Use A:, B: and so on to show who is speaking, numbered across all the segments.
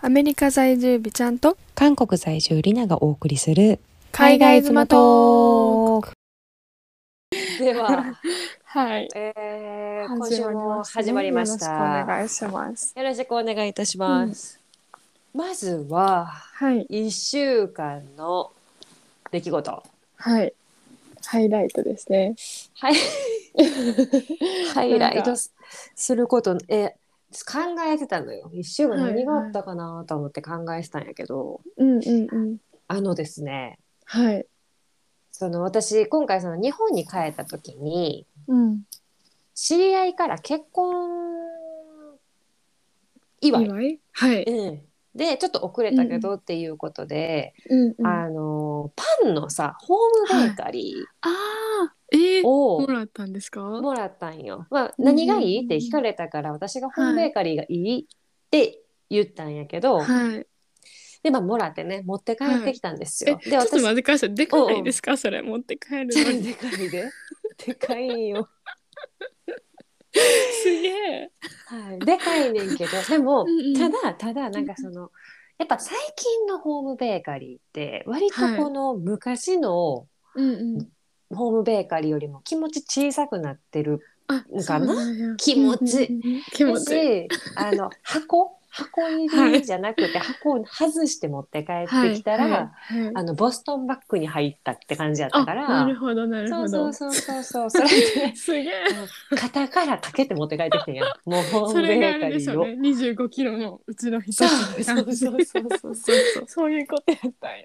A: アメリカ在住美ちゃんと
B: 韓国在住リナがお送りする
A: 海外妻トーク
B: で は、
A: はい
B: えー、今週も始まりました
A: よろしくお願いします
B: よろしくお願いいたします、まずは
A: はい
B: 1週間の出来事
A: はいハイライトですね
B: はいハイライトすすることえ考えてたのよ1週間何があったかなと思って考えてたんやけど、
A: うんうんうん
B: あのですね
A: はい
B: その私今回その日本に帰った時に
A: うん
B: 知り合いから結婚祝い、
A: 祝いはい
B: うん、でちょっと遅れたけどっていうことで、
A: うんうんあ
B: あのパンのさホームベーカリ
A: あーえ
B: ー
A: ー
B: を
A: もらったんですか
B: もらったんよ。まあ、
A: うん
B: 何がいいって聞かれたから私がホームベーカリーがいいって言ったんやけど、
A: はい
B: でまあもらってね持って帰ってきたんですよ。
A: えち
B: で
A: ょっと
B: 私
A: 待ってくださいでかいですかそれ持って帰るのに
B: でかいででかいよ。
A: すげえ
B: はい、でかいねんけどでも
A: うんうん
B: ただただなんかそのやっぱ最近のホームベーカリーって割と
A: はい
B: この昔の
A: うんうん
B: ホームベーカリーよりも気持ち小さくなってる
A: あ
B: かな
A: そうなんや
B: 気持ち
A: うんうんうん気持ちいい
B: しあの箱箱入りじゃなくて箱を外して持って帰ってきたら、
A: はいはいはい
B: あのボストンバッグに入ったって感じやったか
A: あな
B: ら
A: る。ほどなる
B: そ
A: ほ
B: う
A: ど
B: そうそうそうそうそれで す
A: げえ
B: 肩からかけて持って帰ってきてんやもうホー
A: そ
B: ム
A: れ
B: ベ
A: が
B: ー
A: あ
B: カ
A: れ
B: リ
A: でし
B: ー
A: ょ
B: を
A: うね25キロのうちの一つ
B: そう
A: って
B: そう
A: 感じ
B: そうそうそうそう そう
A: そういうことやったんや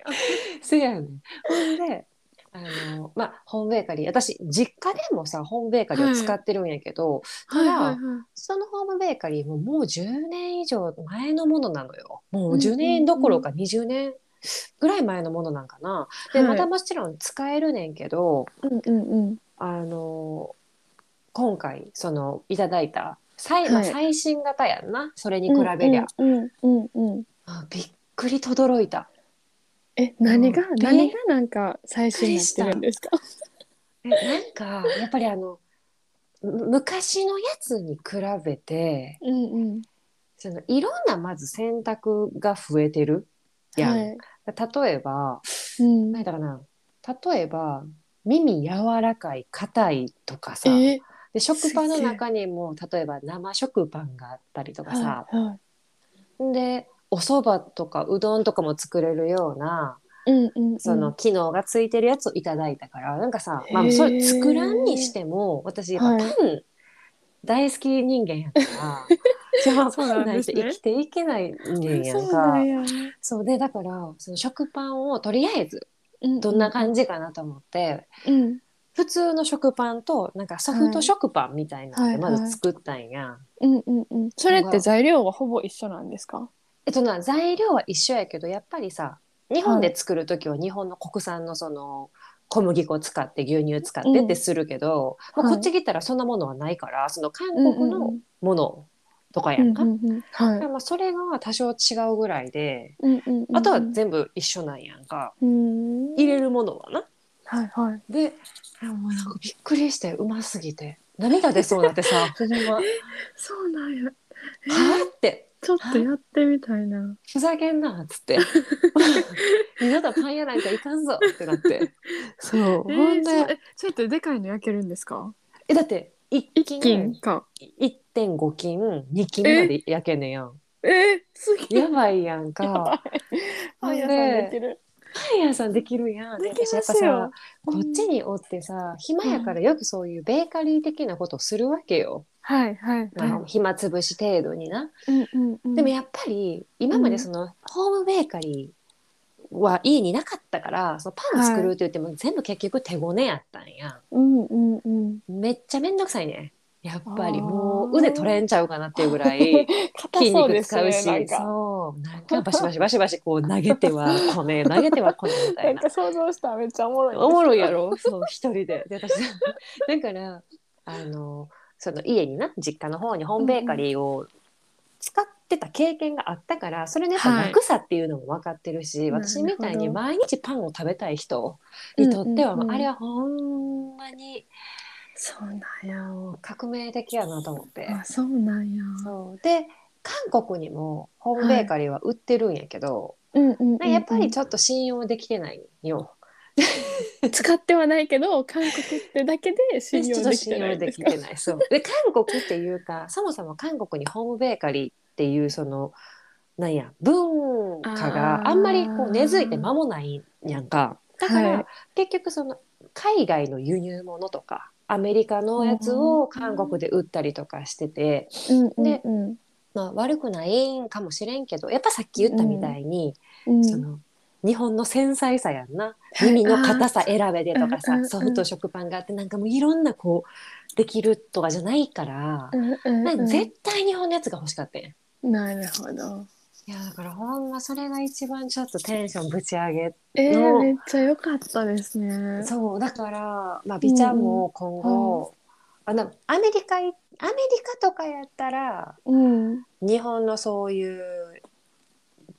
B: せやねん。ほんで、あの、まあ、ホームベーカリー、私、実家でもさ、ホームベーカリーを使ってるんやけど、
A: はいはいはい
B: そのホームベーカリーももう10年以上前のものなのよ。もう
A: うんうんう
B: 10
A: ん
B: 年どころか20年ぐらい前のものなんかな。で、またもちろん使えるねんけど、
A: うんうんうん
B: あの、今回、その、いただいた、最まあ
A: はい
B: 最新型やんな、それに比べりゃ。
A: うんうんうんうん
B: あびっくりとどろいた。
A: え何が
B: うん
A: 何がなんか最新になってるんですか
B: えなんかやっぱりあのむ昔のやつに比べて
A: うんうん
B: そのいろんなまず選択が増えてるやん、
A: はい
B: 例えば
A: うん
B: 何だかな例えば耳柔らかい硬いとかさ
A: え
B: で食パンの中にも例えば生食パンがあったりとかさ、
A: はいは
B: でお蕎麦とかうどんとかも作れるようない
A: うんうんうん
B: その機能がついてるやつをいただいたから、なんかさ、ま
A: へ
B: あ、
A: ー
B: それ作らんにしても私やっぱパン
A: は
B: 大好き人間やから、 じゃあ
A: そう
B: パ
A: な
B: ン
A: ん
B: ない
A: で
B: し
A: す
B: 生
A: ね
B: きていけないねんや
A: そ
B: ん
A: うな
B: か
A: んや
B: そうでだからその食パンをとりあえず
A: うん
B: どんな感じかなと思って、
A: うん
B: 普通の食パンとなんかソフト食パンみたいなの
A: は
B: で
A: い
B: まず作ったんや、
A: うんうんうんそれって材料はほぼ一緒なんですか
B: えっとな材料は一緒やけどやっぱりさ日本で作る時は日本の国産のその小麦粉使って牛乳使ってってするけど、
A: うん
B: まあ、
A: はい
B: こっち来たらそんなものはないから、その韓
A: うんう
B: 国
A: んう
B: の
A: ん
B: ものとかや
A: うんん
B: か、
A: うんうんはい
B: だからまあそれが多少違うぐらいで
A: うんうんうん
B: あとは全部一緒なんやんか、
A: うん
B: 入れるものはな。
A: はいはい
B: でもうなんかびっくりしてうますぎて涙出そうに なってさほんまは
A: そうなんやえ
B: あって。
A: ちょっとやってみたいな。
B: ふざけんなっつ って「二度とパン屋なんか行かんぞ」ってなってそう、
A: え
B: ほん
A: ー、
B: で
A: そえそれってでかいの焼けるんですか？
B: えだって一
A: 一斤か。
B: 1.5斤2斤まで焼けんねんやん
A: えー、すげえ。
B: やばいやん
A: やば
B: か
A: いパン屋さんできる。
B: パン屋さんできるやん
A: できますよ
B: 私やっぱさこっちにおってさ暇やからよくそういうベーカリー的なことをするわけよ、
A: はいはいはい。
B: まあ暇つぶし程度にな、
A: うんうんうん。
B: でもやっぱり今までそのホームベーカリーは家になかったからそのパン作るって言っても全部結局手ごねやったんや、
A: うんうんうん。
B: めっちゃめんどくさいねやっぱり
A: あー
B: もう腕取れんちゃうかなっていうぐら い筋肉使
A: 硬そう
B: うし
A: ですねなんか
B: そうなんかバシバシバシバシこう投げてはこね投げてはこねみた
A: ないん
B: な
A: か想像したらめっちゃおもろい。
B: おもろいや。ろそう一人でで私だからあのその家にな実家の方にホームベーカリーを使ってた経験があったからそれのやっぱ楽さっていうのも分かってるし、
A: はい
B: 私みたい
A: な
B: に
A: るほど
B: 毎日パンを食べたい人にとっては、
A: うんうんうん
B: あれはほんまに
A: そうなん
B: いや
A: や。
B: ー革命的やなと思って。
A: あそうなんや。
B: そうで韓国にもホームベーカリーは売ってるんやけど、
A: うんうんうん
B: なんかやっぱりちょっと信用できてないよ。
A: 使ってはないけど韓国ってだけで信
B: ちょ
A: 用
B: っと
A: でき
B: 信
A: てな
B: 用
A: いん
B: で
A: で
B: き
A: すか
B: てない。そうで韓国ってい うかそもそも韓国にホームベーカリーっていうそのなんや文化
A: あ
B: が
A: ー
B: あんまりこう根付いて間もないやんか。だから、
A: はい
B: 結局その海外の輸入物とかアメリカのやつを韓国で売ったりとかしてて。
A: で、
B: まあ、悪くないんかもしれんけどやっぱさっき言ったみたいに、
A: うん
B: その日本の繊細さやんな耳の硬さ選べでとか
A: うんうん
B: さ
A: うん
B: ソフト食パンがあってなんかもういろんなこうできるとかじゃないから、
A: うんうん
B: なん
A: う
B: か
A: ん
B: 絶対日本のやつが欲しかったんや
A: なるほど。
B: いやだからほんまそれが一番ちょっとテンションぶち上げ
A: え
B: の
A: ー、めっちゃ良かったですね。
B: そうだから、まあ、美ちゃんも今後、あのアメリカいアメリカとかやったら
A: うん。
B: 日本のそういう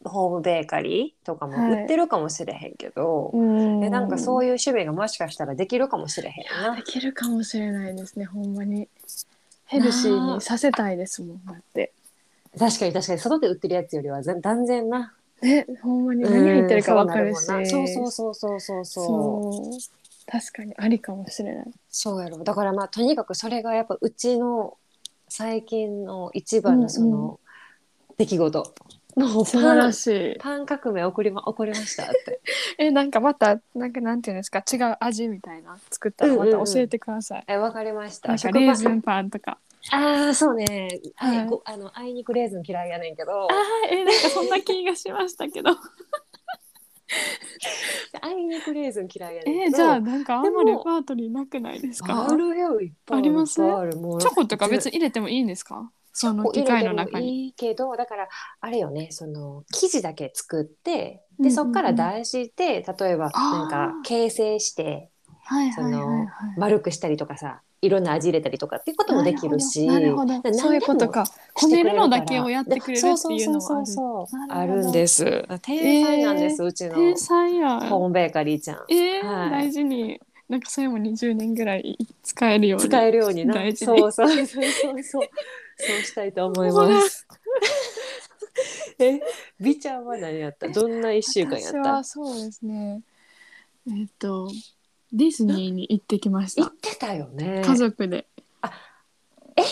B: ホームベーカリーとかも売ってるかもしれへんけど、
A: うん。
B: えなんかそう
A: い
B: いう趣味がもしかしたらできるかもしれへんな
A: で。きるかもしれないですね。ほんまに。ヘルシーにさせたいですもん。だって。
B: 確かに確かに外で売ってるやつよりは全断然な。
A: ね、ほんまに何入ってるかわかるし。
B: うんそうなるもんなそうそうそうそうそう。
A: そう確かにありかもしれない。
B: そうやろ。だからまあとにかくそれがやっぱうちの最近の一番のそ
A: うん
B: の出来事。もう
A: 素晴
B: パン
A: らしい。
B: パン革命起こりま起こりましたって。
A: え、なんかまた、なんかなんていうんですか、違う味みたいな作ったらまた教えてください。
B: えわかりました。
A: なんか
B: 食パン
A: レーズンパンとか。
B: ああそうね。
A: はい
B: はい。ごあのあいにくレーズン嫌いやねんけど。
A: あーえーなんかそんな気がしましたけど
B: あいにくレーズン嫌いや
A: え
B: ねんけど。
A: ーじゃあなんかあんま
B: で
A: レ
B: も
A: パートリーなくないですか
B: あるよいっぱい
A: あります
B: いっぱいあるもう
A: チョコとか別に入れてもいいんですかその機械の中に
B: いいけどだからあれよねその生地だけ作って
A: うんうんう
B: で
A: ん
B: そっから出して例えば
A: あー
B: なんか形成して
A: はい
B: その丸くしたりとかさいろんな味入れたりとかっていうこともできるし
A: なるほど
B: だから
A: そういうことかこねるのだけをやってくれるっていう
B: そう
A: の
B: そう
A: も
B: そうそう
A: あ
B: あ
A: る
B: るんです天才なんです、うち
A: ある
B: の
A: 天才や
B: ホームベーカリーちゃん
A: えー
B: はい
A: 大事になんかそれも20年ぐらい使えるように
B: 使えるようにな
A: 大事
B: そ
A: に
B: うそうそうそうそうそうしたいと思い ます。え、美ちゃんは何やった？どんな一週間やっ
A: 私は
B: た？
A: そうですねえっとディズニーに行ってきまし
B: 行
A: た
B: ってたよね。
A: 家族で
B: あ
A: え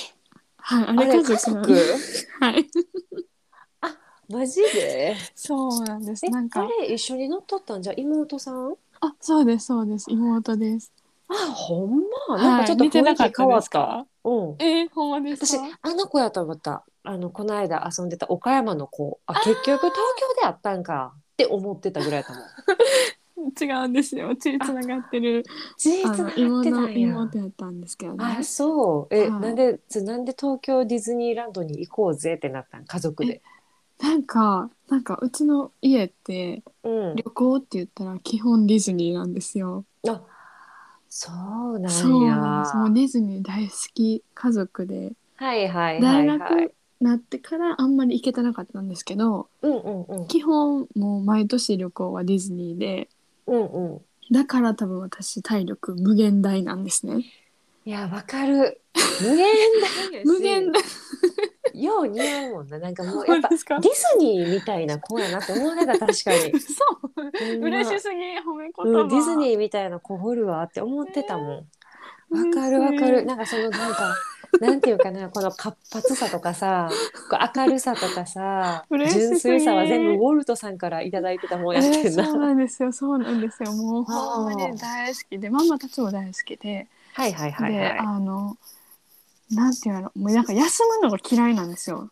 A: はいあ
B: あ
A: れ
B: れ
A: 家
B: 家
A: 族なん
B: 族？
A: はい
B: マジで？
A: そうなんです。
B: え、
A: なん
B: あ
A: か、
B: れ一緒に乗っとったんじゃ妹さん？
A: あ、そうです、そうです、妹です。
B: あ、ほんま。なんかちょっと
A: はい似て
B: 雰
A: な
B: 囲
A: か
B: 気
A: った
B: 変わ
A: で
B: っ
A: す
B: た。
A: か。
B: うん。
A: えー、ほんまです
B: 私
A: か。
B: あの子やと思った。あのこの間遊んでた岡山の子。あ、結局東京であったんかって思ってたぐらいだもん。
A: 違うんですよ、血つながってる。
B: 事
A: あ
B: 実
A: の、
B: 入っ
A: 妹
B: てた
A: の
B: んや。
A: 妹やったんですけどね
B: あ、。そう。え、
A: はい
B: なんで、つなんで東京ディズニーランドに行こうぜってなったん家族で。
A: なんか、なんか、うちの家って、
B: うん。
A: 旅行って言ったら、基本ディズニーなんですよ。
B: あ、そうな
A: そ
B: ん
A: う
B: や。
A: なんです。もうディズニー大好き家族で、
B: はいはいは
A: 大
B: い、
A: 学
B: はい。
A: なってから、あんまり行けてなかったんですけど。
B: うんうんうん。
A: 基本、もう毎年旅行はディズニーで。
B: うんうん。
A: だから多分私体力無限大なんですね。
B: いや、わ かる。無限大やし。
A: 無限大
B: よう似合うもんな。なんかもう、や
A: な
B: っ
A: ん
B: ぱ、
A: ですか
B: ディズニーみたいな子やなって思われた、確かに。
A: 嘘
B: う ん
A: 嬉しすぎ褒め言葉、
B: うん、ディズニーみたいな子おるわって思ってたもん。わ、
A: ね
B: かるわか
A: 嬉し
B: る。
A: い
B: なんかそのなんか、なんていうかな、この活発さとかさ、こう明るさとかさ、
A: 嬉しすぎ
B: 純粋さは全部ウォルトさんからいただいてたもんやって
A: え
B: ん
A: ー
B: な。
A: そうなんですよそうなんですよもう
B: あー
A: ほんまに大好きでママたちも大好きで、
B: はいはいはい
A: で
B: はい。
A: あのなんていうのもうなんか休むのが嫌いなんですよ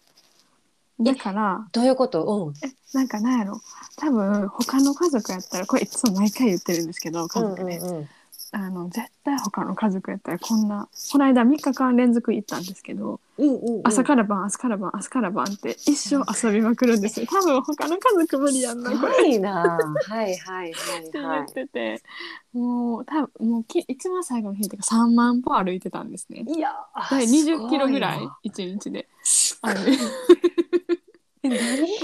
A: だから
B: どういうこと
A: なんかなんやろ多分他の家族やったらこれいつも毎回言ってるんですけど
B: う
A: 家
B: ん。うん
A: 族
B: う
A: で、
B: んうん。
A: あの絶対他の家族やったらこんなこの間3日間連続行ったんですけど、
B: うんうんうん、
A: 朝から晩朝から晩朝から晩って一生遊びまくるんですよ 多分他の家族無理やんな
B: す
A: これっ
B: ごいな。はいはい
A: て
B: はい
A: 言
B: は
A: ってて、もう多分もうき一番最後の日っていうか3万歩歩いてたんですね
B: い。いや、
A: で
B: す
A: 20
B: ご
A: キロぐらい
B: な
A: 1日で
B: あ
A: 歩い
B: 何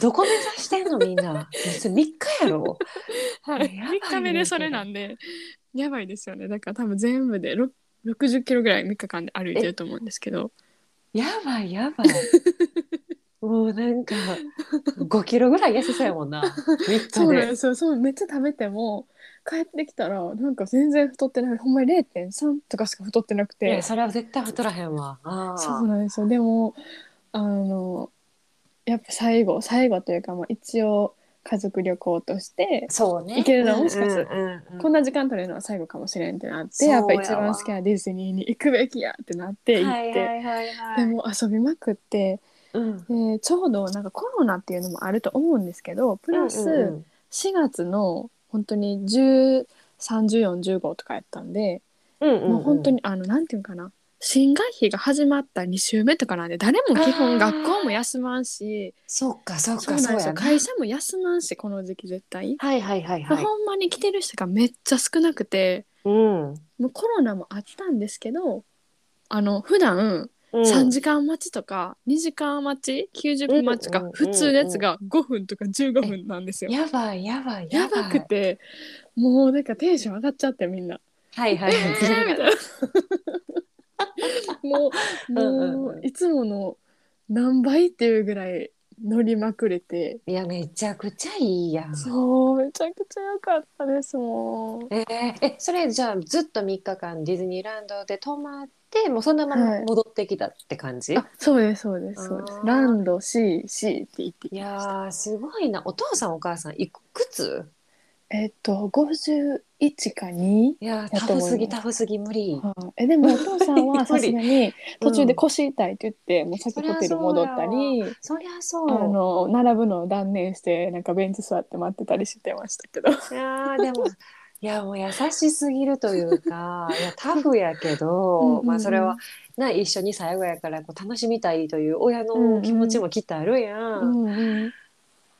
B: どこ目指してんのみんな。それ3日やろ。
A: はい
B: やばいね
A: 3日目でそれなんでやばいですよねだから多分全部でろ60キロぐらい3日間で歩いてると思うんですけど
B: やばいやばい。 もうなんか5キロぐらい痩せそうやもんな3
A: そ
B: 日
A: うなん
B: で
A: ですよそうめっちゃ食べても帰ってきたらなんか全然太ってないほんまに0.3とかしか太ってなく
B: い
A: て
B: やそれは絶対太らへんわあー
A: そうなんですよでもあのやっぱ最後最後というか、まあ、一応家族旅行として
B: そうね
A: いけるのもしかし
B: す
A: た
B: る
A: らこんな時間取れるのは最後かもしれんってなって
B: そう
A: や
B: や
A: っ
B: わ
A: ぱ一番好きなディズニーに行くべきやってなって行って、
B: はいはいはいはい
A: でも遊びまくって
B: うん
A: でちょうどなんかコロナっていうのもあると思うんですけどプラ
B: うんうんう
A: ス4
B: ん
A: 月の本当に131415とかやったんで、
B: うんうんうん
A: もう本当にあのなんていうんかな新学期が始まった2週目とかなんで誰も基本
B: あ
A: 学
B: ー
A: 校も休まんし
B: そっかそっ
A: そう
B: か
A: なん
B: そう
A: です
B: や
A: よ
B: な
A: 会社も休まんしこの時期絶対、
B: はいはいはいはい
A: ほんまに来てる人がめっちゃ少なくて
B: うん
A: もうコロナもあったんですけどあの普段
B: うん
A: 3時間待ちとか2時間待ち90分待ちとか
B: うんうんうんうん
A: 普通のやつが5分とか15分なんですよ。
B: やばいやばい
A: やばくてもうなんかテンション上がっちゃってみんな。
B: はいはいはい
A: もう
B: うんうんうん
A: もういつもの何倍っていうぐらい乗りまくれて
B: いやめちゃくちゃいいやん
A: そうめちゃくちゃ良かったですもん。
B: えーえそれじゃあずっと3日間ディズニーランドで泊まってもうそのまま戻ってきたって感じ、
A: あそうですそうですそうです
B: あ。ー
A: ランド C C って言って
B: い、
A: きました。
B: やーすごいなお父さんお母さんいくつ
A: えっと51か2。
B: いやー
A: だと
B: タフ
A: 思います
B: すぎタフすぎ無理
A: はいえでもお父さん
B: 無
A: は
B: 理
A: さすがに途中で腰痛いって言って、もう先ホテル戻ったり
B: そりゃ
A: あ
B: そう
A: の並ぶのを断念してなんかベンチ座って待ってたりしてましたけど
B: いやー でもいやもう優しすぎるというかいやタフやけど
A: うんうんうん
B: まあ、それはな一緒に最後やからこう楽しみたいという親の気持ちもきっとあるや、
A: うんん、うん、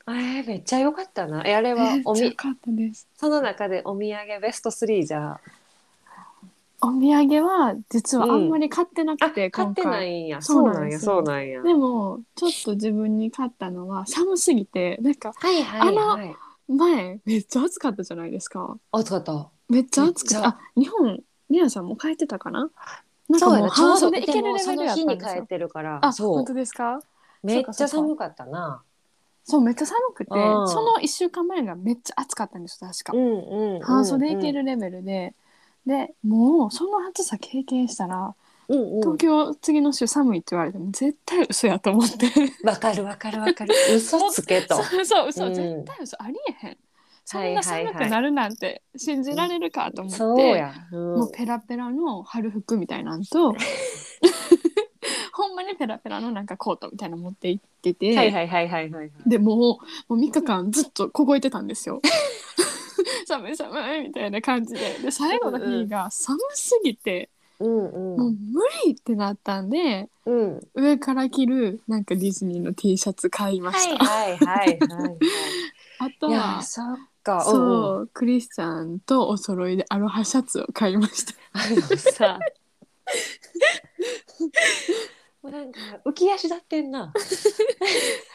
B: えーめっちゃ良かったなえあれは
A: めっ
B: お
A: ちゃ
B: み
A: 良かったです。
B: その中でお土産ベスト3じゃ
A: お土産は実はあんまり買ってな
B: あ
A: くて、
B: 買ってないいんや
A: そ
B: そうう
A: な
B: なんん
A: で
B: や
A: すよ
B: そうなんや
A: でもちょっと自分に買ったのは寒すぎてなんか
B: はいはいはい
A: 前めっちゃ暑かったじゃないですか
B: 暑かった
A: めっちゃ暑くて
B: めっちゃ
A: あ日本リアさんも帰ってたかななんか
B: そうや
A: もう
B: なちょ
A: 半
B: うど
A: 袖
B: で
A: いける
B: も
A: レ
B: そ
A: ベル
B: の
A: やっ
B: 日
A: たん
B: に
A: で
B: 帰
A: す
B: っ
A: よ
B: てるから
A: あ
B: そ
A: 本
B: う
A: 当ですか
B: めっちゃ寒かったな
A: そうめっちゃ寒くて、
B: うん
A: その1週間前がめっちゃ暑かったんですよ確か、
B: うんうんうん
A: 半袖いけるレベルで、でもうその暑さ経験したら
B: うんう
A: 東
B: ん
A: 京次の週寒いって言われても絶対嘘やと思って
B: わかるわかるわかる。嘘つけと。
A: そう そう嘘、
B: うん
A: 絶対嘘ありえへんそ
B: はい
A: ん
B: は
A: ない
B: はい
A: 寒くなるなんて信じられるかと思って、
B: そうや。うん
A: もうペラペラの春服みたいなんと ほんまにペラペラのなんかコートみたいなの持って行ってて、
B: はいはいはいはいはいはい。
A: でもうもう3日間ずっと凍えてたんですよ。 寒い寒いみたいな感じでで最後の日が寒すぎて、
B: うんう
A: もうん無理ってなったんで
B: うん。
A: 上から着るなんかディズニーの T シャツ買いま
B: は
A: し
B: い
A: た。
B: はいはいはい
A: あと
B: はい。いや
A: は
B: そっか。
A: そう
B: うん。
A: クリスチャンとお揃いでアロハシャツを買いました。
B: あのさ。 もうなんか浮き足立ってんな。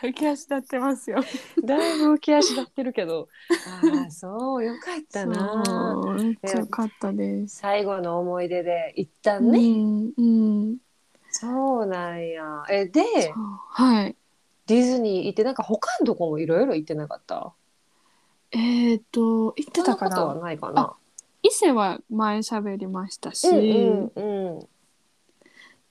A: 浮き足立ってますよ。
B: だいぶ浮き足立ってるけど。ああそうよかったな。
A: そうめっちゃ良かったです。
B: 最後の思い出で一旦
A: う
B: ね。
A: ん、うん、
B: そうなんや。えで
A: そうはい。
B: ディズニー行ってなんか他のとこもいろいろ行ってなかった。
A: えっ、と言ってたか
B: そんなこと
A: な
B: はないかな。
A: 伊勢は前喋りましたし、
B: うんうん。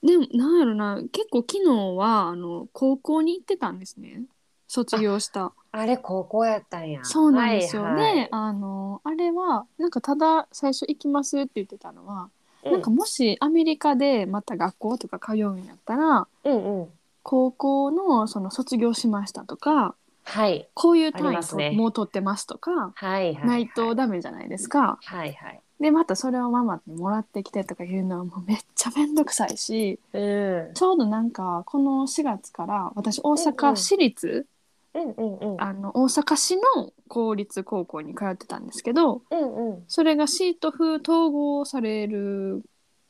A: でもなんやろな結構昨日はあの高校に行ってたんですね卒業した
B: あれ高校やったんや。
A: そうなんですよ、
B: はいはい
A: であのあれはなんかただ最初行きますって言ってたのは、
B: うん
A: なんかもしアメリカでまた学校とか通うんやったら
B: うんうん。
A: 高校のその卒業しましたとか
B: はい
A: こういう
B: あり
A: 単位
B: ますね
A: ともう取ってますとか
B: はいはい。
A: ないとダメじゃないですか。
B: はいはい。
A: でまたそれをママにもらってきてとか言うのはもうめっちゃ面倒くさいし
B: うん
A: ちょうどなんかこの4月から私大
B: うんう
A: 阪
B: ん
A: 市立、
B: うんうんうん。
A: あの大阪市の公立高校に通ってたんですけど
B: うんうん。
A: それがシート風統合される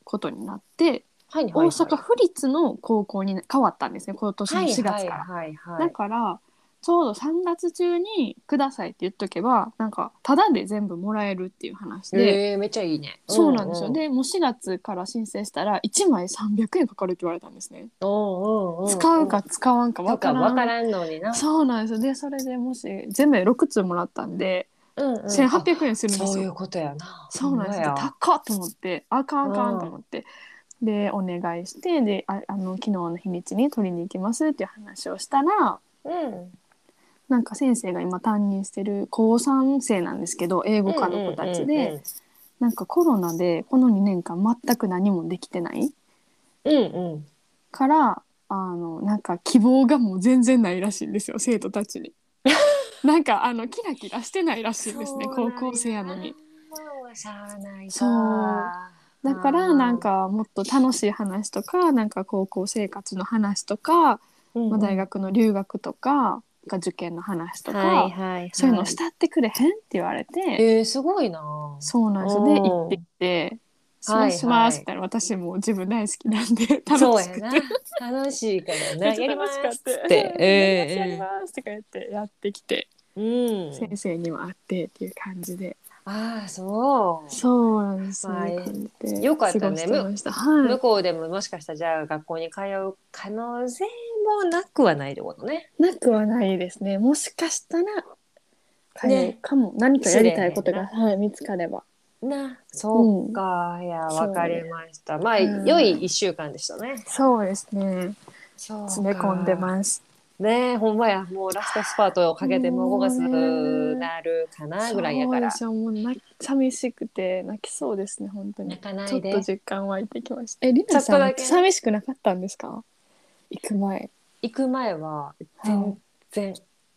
A: ことになって
B: はいはい。
A: 大阪府立の高校に変わったんですね今年の4月から。
B: はいはいはいはい。
A: だからちょうど3月中に「ください」って言っとけばなんかタダで全部もらえるっていう話で、
B: えー、めっちゃいいね。
A: そうなんですよ、でもう4月から申請したら1枚300円かかるって言われたんですね、使
B: 使
A: うか使わんか
B: わ
A: わ
B: か
A: からら
B: ん
A: ん
B: わからんのにな。
A: そうなんですよでそれでもし全部で6通もらったんで、
B: うんうん
A: 1800円するん
B: あ
A: です
B: そういう
A: よ
B: ことやな。
A: そうなんですよ
B: ほまや
A: 高っと思ってあかんあかんと思って、でお願いしてでああの昨日の日にちに取りに行きますっていう話をしたら
B: うん。
A: なんか先生が今担任してる高3生なんですけど英語科の子たちで、なんかコロナでこの2年間全く何もできてない
B: うんうん
A: からあのなんか希望がもう全然ないらしいんですよ生徒た ちに。なんかあのキラキラしてないらしいんですね高校生やのに。。
B: しゃあない
A: そうだからなん、かもっと楽しい話とかなんか高校生活の話とか、まあ、大学の留学とかが受験の話とか、
B: はいはいはい、
A: そういうのを慕ってくれへんって言われて、
B: えー、すごいな。
A: そうなんですよで
B: うん
A: 行ってきて「しますします」みたいな、私も自分大好きなんで楽しくて。
B: そうやな楽しいから な。
A: めっちゃ
B: やりま
A: 楽しか
B: す
A: った
B: っ
A: や
B: て。え
A: りますやり
B: ー
A: ますとか言ってやってきて、
B: うん。
A: 先生にも会ってっていう感じで
B: ああそう。
A: そうなんです
B: はい
A: そういう感じで
B: よかったね
A: 過ごしてましたはい
B: 向こうでももしかしたらじゃあ学校に通う可能性もなくはないってことね。
A: なくはないですね。もしかしたら帰
B: ね
A: れるかも、何かやりたいことが、はい、見つかれば。
B: なそうか、いやわかりました。まあ、
A: うん
B: 良い一週間でしたね。
A: そうですね。
B: そう
A: 詰め込んでます。
B: す。ねえほんまやもうラストスパートをかけてもう5月なるかなぐらいやから。
A: そうですよ。もう泣き寂しくて泣きそうですね。本当に。
B: 泣かな
A: ちょ
B: い
A: っ
B: で
A: と。実感湧いてきました。え、りな
B: ちょ
A: さ
B: っとだ
A: ん
B: け
A: 寂しくなかったんですか？行く前。
B: 行く前は
A: はい
B: 全然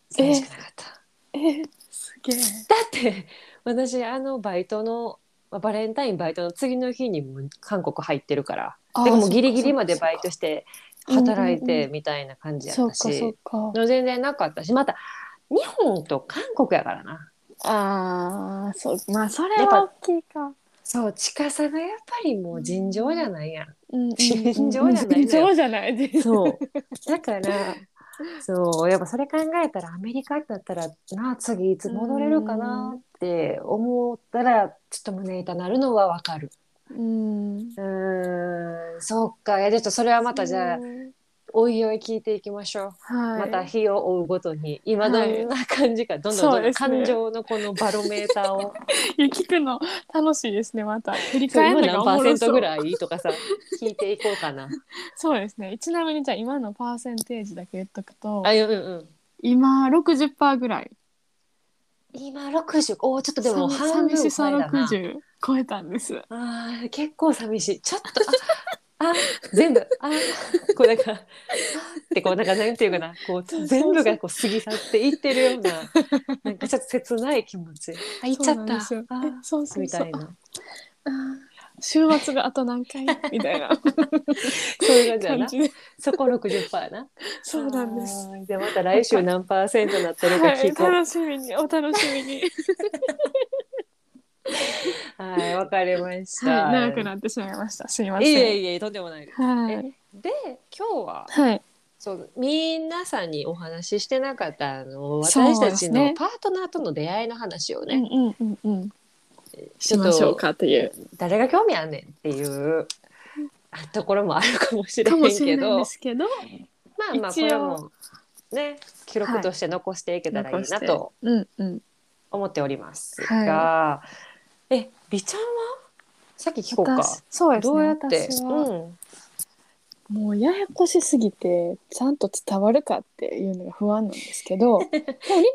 B: 寂しくなかった。
A: え、すげえ。
B: だって私あのバイトのまあバレンタインバイトの次の日にもう韓国入ってるから。
A: あ
B: てかもうギリギリまでバイト
A: し
B: して
A: そうかそうか
B: 働いてみたいな感じや
A: そ
B: っ
A: うか
B: た
A: そう
B: し、
A: か。
B: 全然なかったしまた日本と韓国やからな
A: ああ、そう。まあそれ
B: やっぱ
A: は大きいか。
B: そう近さがやっぱりもう尋常じゃないやん、
A: うんうん うん
B: 尋常じゃない
A: 尋常じゃないです。
B: そう だからそうやっぱそれ考えたらアメリカだったらなあ次いつ戻れるかなって思ったらちょっと胸痛なるのはわかる
A: うん。
B: うーんそっかいやちょっとそれはまたじゃあおいおい聞いていきましょう
A: はい、
B: また日を追うごとに今どんな感じか、どんどんど
A: そ
B: ん
A: う
B: ど
A: で
B: ん
A: すね
B: 感情のこのバロメーターを
A: いや聞くの楽しいですね また振り
B: そう
A: 返る
B: 今
A: のが
B: 何パ
A: おも
B: ーセ
A: ろ
B: ン
A: そ
B: ト
A: う
B: ぐらいとか さ聞いていこうかな。
A: そうですねちなみにじゃあ今のパーセンテージだけ言っとくと
B: あうんうん、
A: 今60%ぐらい
B: 今60おーちょっとでも
A: さ
B: 半分
A: 寂
B: 超え
A: しさ
B: たな
A: 60超えたんです
B: あー結構寂しいちょっと ああ全部あこうなんかあってこうなんかなんていうか な
A: そ
B: こ
A: うそうう
B: 全部がこう過ぎ去っていってるような なんかちょっと切ない気持ちあ行っちゃ
A: そうな
B: っ
A: ん
B: た
A: ですよ
B: あ
A: えそうそう
B: み
A: そ
B: た
A: う
B: いな
A: あー週末があと何回みたいな
B: そういう感じや
A: 感
B: な
A: じで
B: そこ60%やな。
A: そうなんです
B: あー。じゃあまた来週何パーセントになってるか
A: は
B: 聞
A: い
B: こう。
A: 楽しみにお楽しみに
B: はい、わ、かりました。
A: はい長くなってしまいましたすいません
B: いえいえいえ、とんでもないです。
A: はい
B: で、今日は
A: はい
B: そう皆さんにお話ししてなかったあの
A: そう
B: 私た
A: です
B: ち
A: ね
B: のパートナーとの出会いの話をね、
A: うんうんうんうん
B: ち
A: し
B: ょっ
A: ましょう
B: と
A: かという
B: 誰が興味あんねんっていうあところもあるかもしれ
A: か
B: へん
A: もしれ
B: け
A: ないん
B: ど
A: ですけど
B: まあまあこ
A: 一応
B: れはもうね記録として残していけたらいいなと
A: うんうん
B: 思っておりますが、
A: はい
B: えりちゃんはさっき聞こうか。
A: 私そうですね
B: どうやって、
A: 私は
B: うん、
A: もうややこしすぎてちゃんと伝わるかっていうのが不安なんですけ どでもり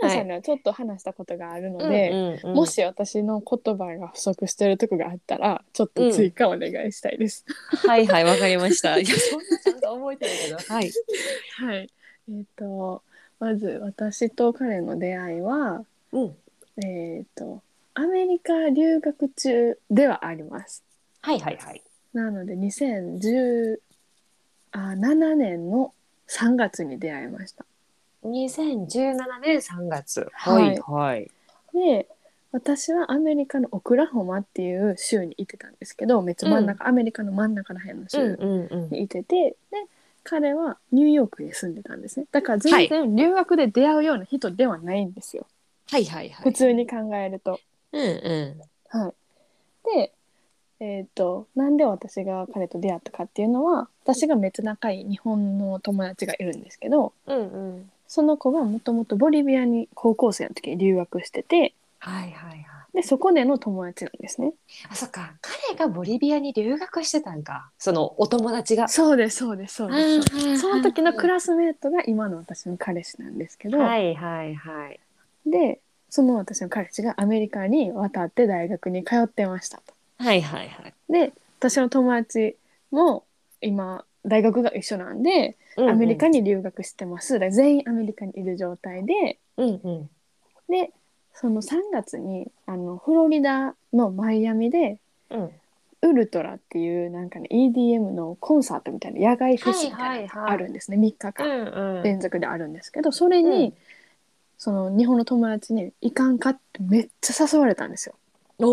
A: なさんにはちょっと話したことがあるので、
B: うんうん
A: もし私の言葉が不足してるとこがあったらちょっと追加お願いしたいです。
B: はいはいわかりました。 いやそんなちゃんと覚えてるけど。はい。
A: はい、えっ、とまず私と彼の出会いは、
B: うん。
A: えっとアメリカ留学中ではあります。
B: はいはいはい。
A: なので2017年の3月に出会いました。
B: 2017年3月。
A: はい
B: はい。
A: で私はアメリカのオクラホマっていう州にいてたんですけどめっちゃ真ん中、アメリカの真ん中ら辺の
B: うん
A: 州
B: うんうん。
A: にいてて、で彼はニューヨークに住んでたんですねだから全然留学で出会うような人ではないんですよ、
B: はいはいは
A: 普
B: い。
A: 通に考えると。
B: うんう
A: はい、で、えー、となんで私が彼と出会ったかっていうのは私がめっちゃ仲いい日本の友達がいるんですけど
B: ん。うんうん。
A: その子がもともとボリビアに高校生の時に留学してて
B: はいはいはい。
A: でそこでの友達なんですね。
B: あ、そっか。彼がボリビアに留学してたんか。そのお友達が。
A: そうですそうですそうです。その時のク
B: ラ
A: ラスメートが今の私の彼氏なんですけど、
B: はいはいはい。
A: でその私の彼氏がアメリカに渡って大学に通ってましたと。
B: はいはいはい。
A: で私の友達も今大学が一緒なんで
B: うんうん
A: アメリカに留学してます。だから全員アメリカにいる状態で、
B: うんうん。
A: で、その3月にあのフロリダのマイアミで
B: うん。
A: ウルトラっていうなんかね EDM のコンサートみたいな野外フェスみたいなのがあるんですね。3日間
B: ん
A: 連続であるんですけど、それに、
B: うん
A: その日本の友達に行かんかってめっちゃ誘われたんですよ。
B: おおお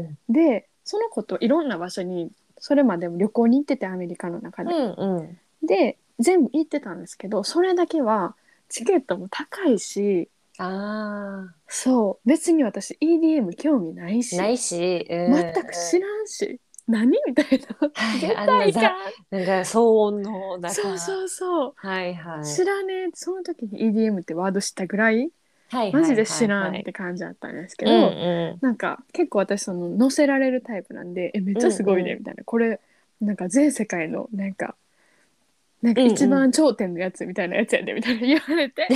B: お。
A: で、その子といろんな場所にそれまでも旅行に行っててアメリカの中で。
B: うんうん。
A: で全部行ってたんですけどそれだけはチケットも高いし
B: あ
A: そう別に私 EDM 興味ないし
B: あ。ないし。全
A: 全く知らんし、何みたいな
B: はい
A: 絶
B: あの
A: 対行かん
B: なんか騒音の中。
A: そう
B: う。
A: そうそう、
B: はいはい。
A: 知らねえその時に EDM ってワード知ったぐらい
B: はいはいはいはい
A: マジで知らんって感じだったんですけ
B: う
A: ど、
B: んう
A: なんか結構私その乗せられるタイプなんでえめっちゃすごい
B: うん
A: ね
B: うん。
A: みたいな、これなんか全世界のなんかなんか一番頂点のやつみたいなやつやでみたいな言われて、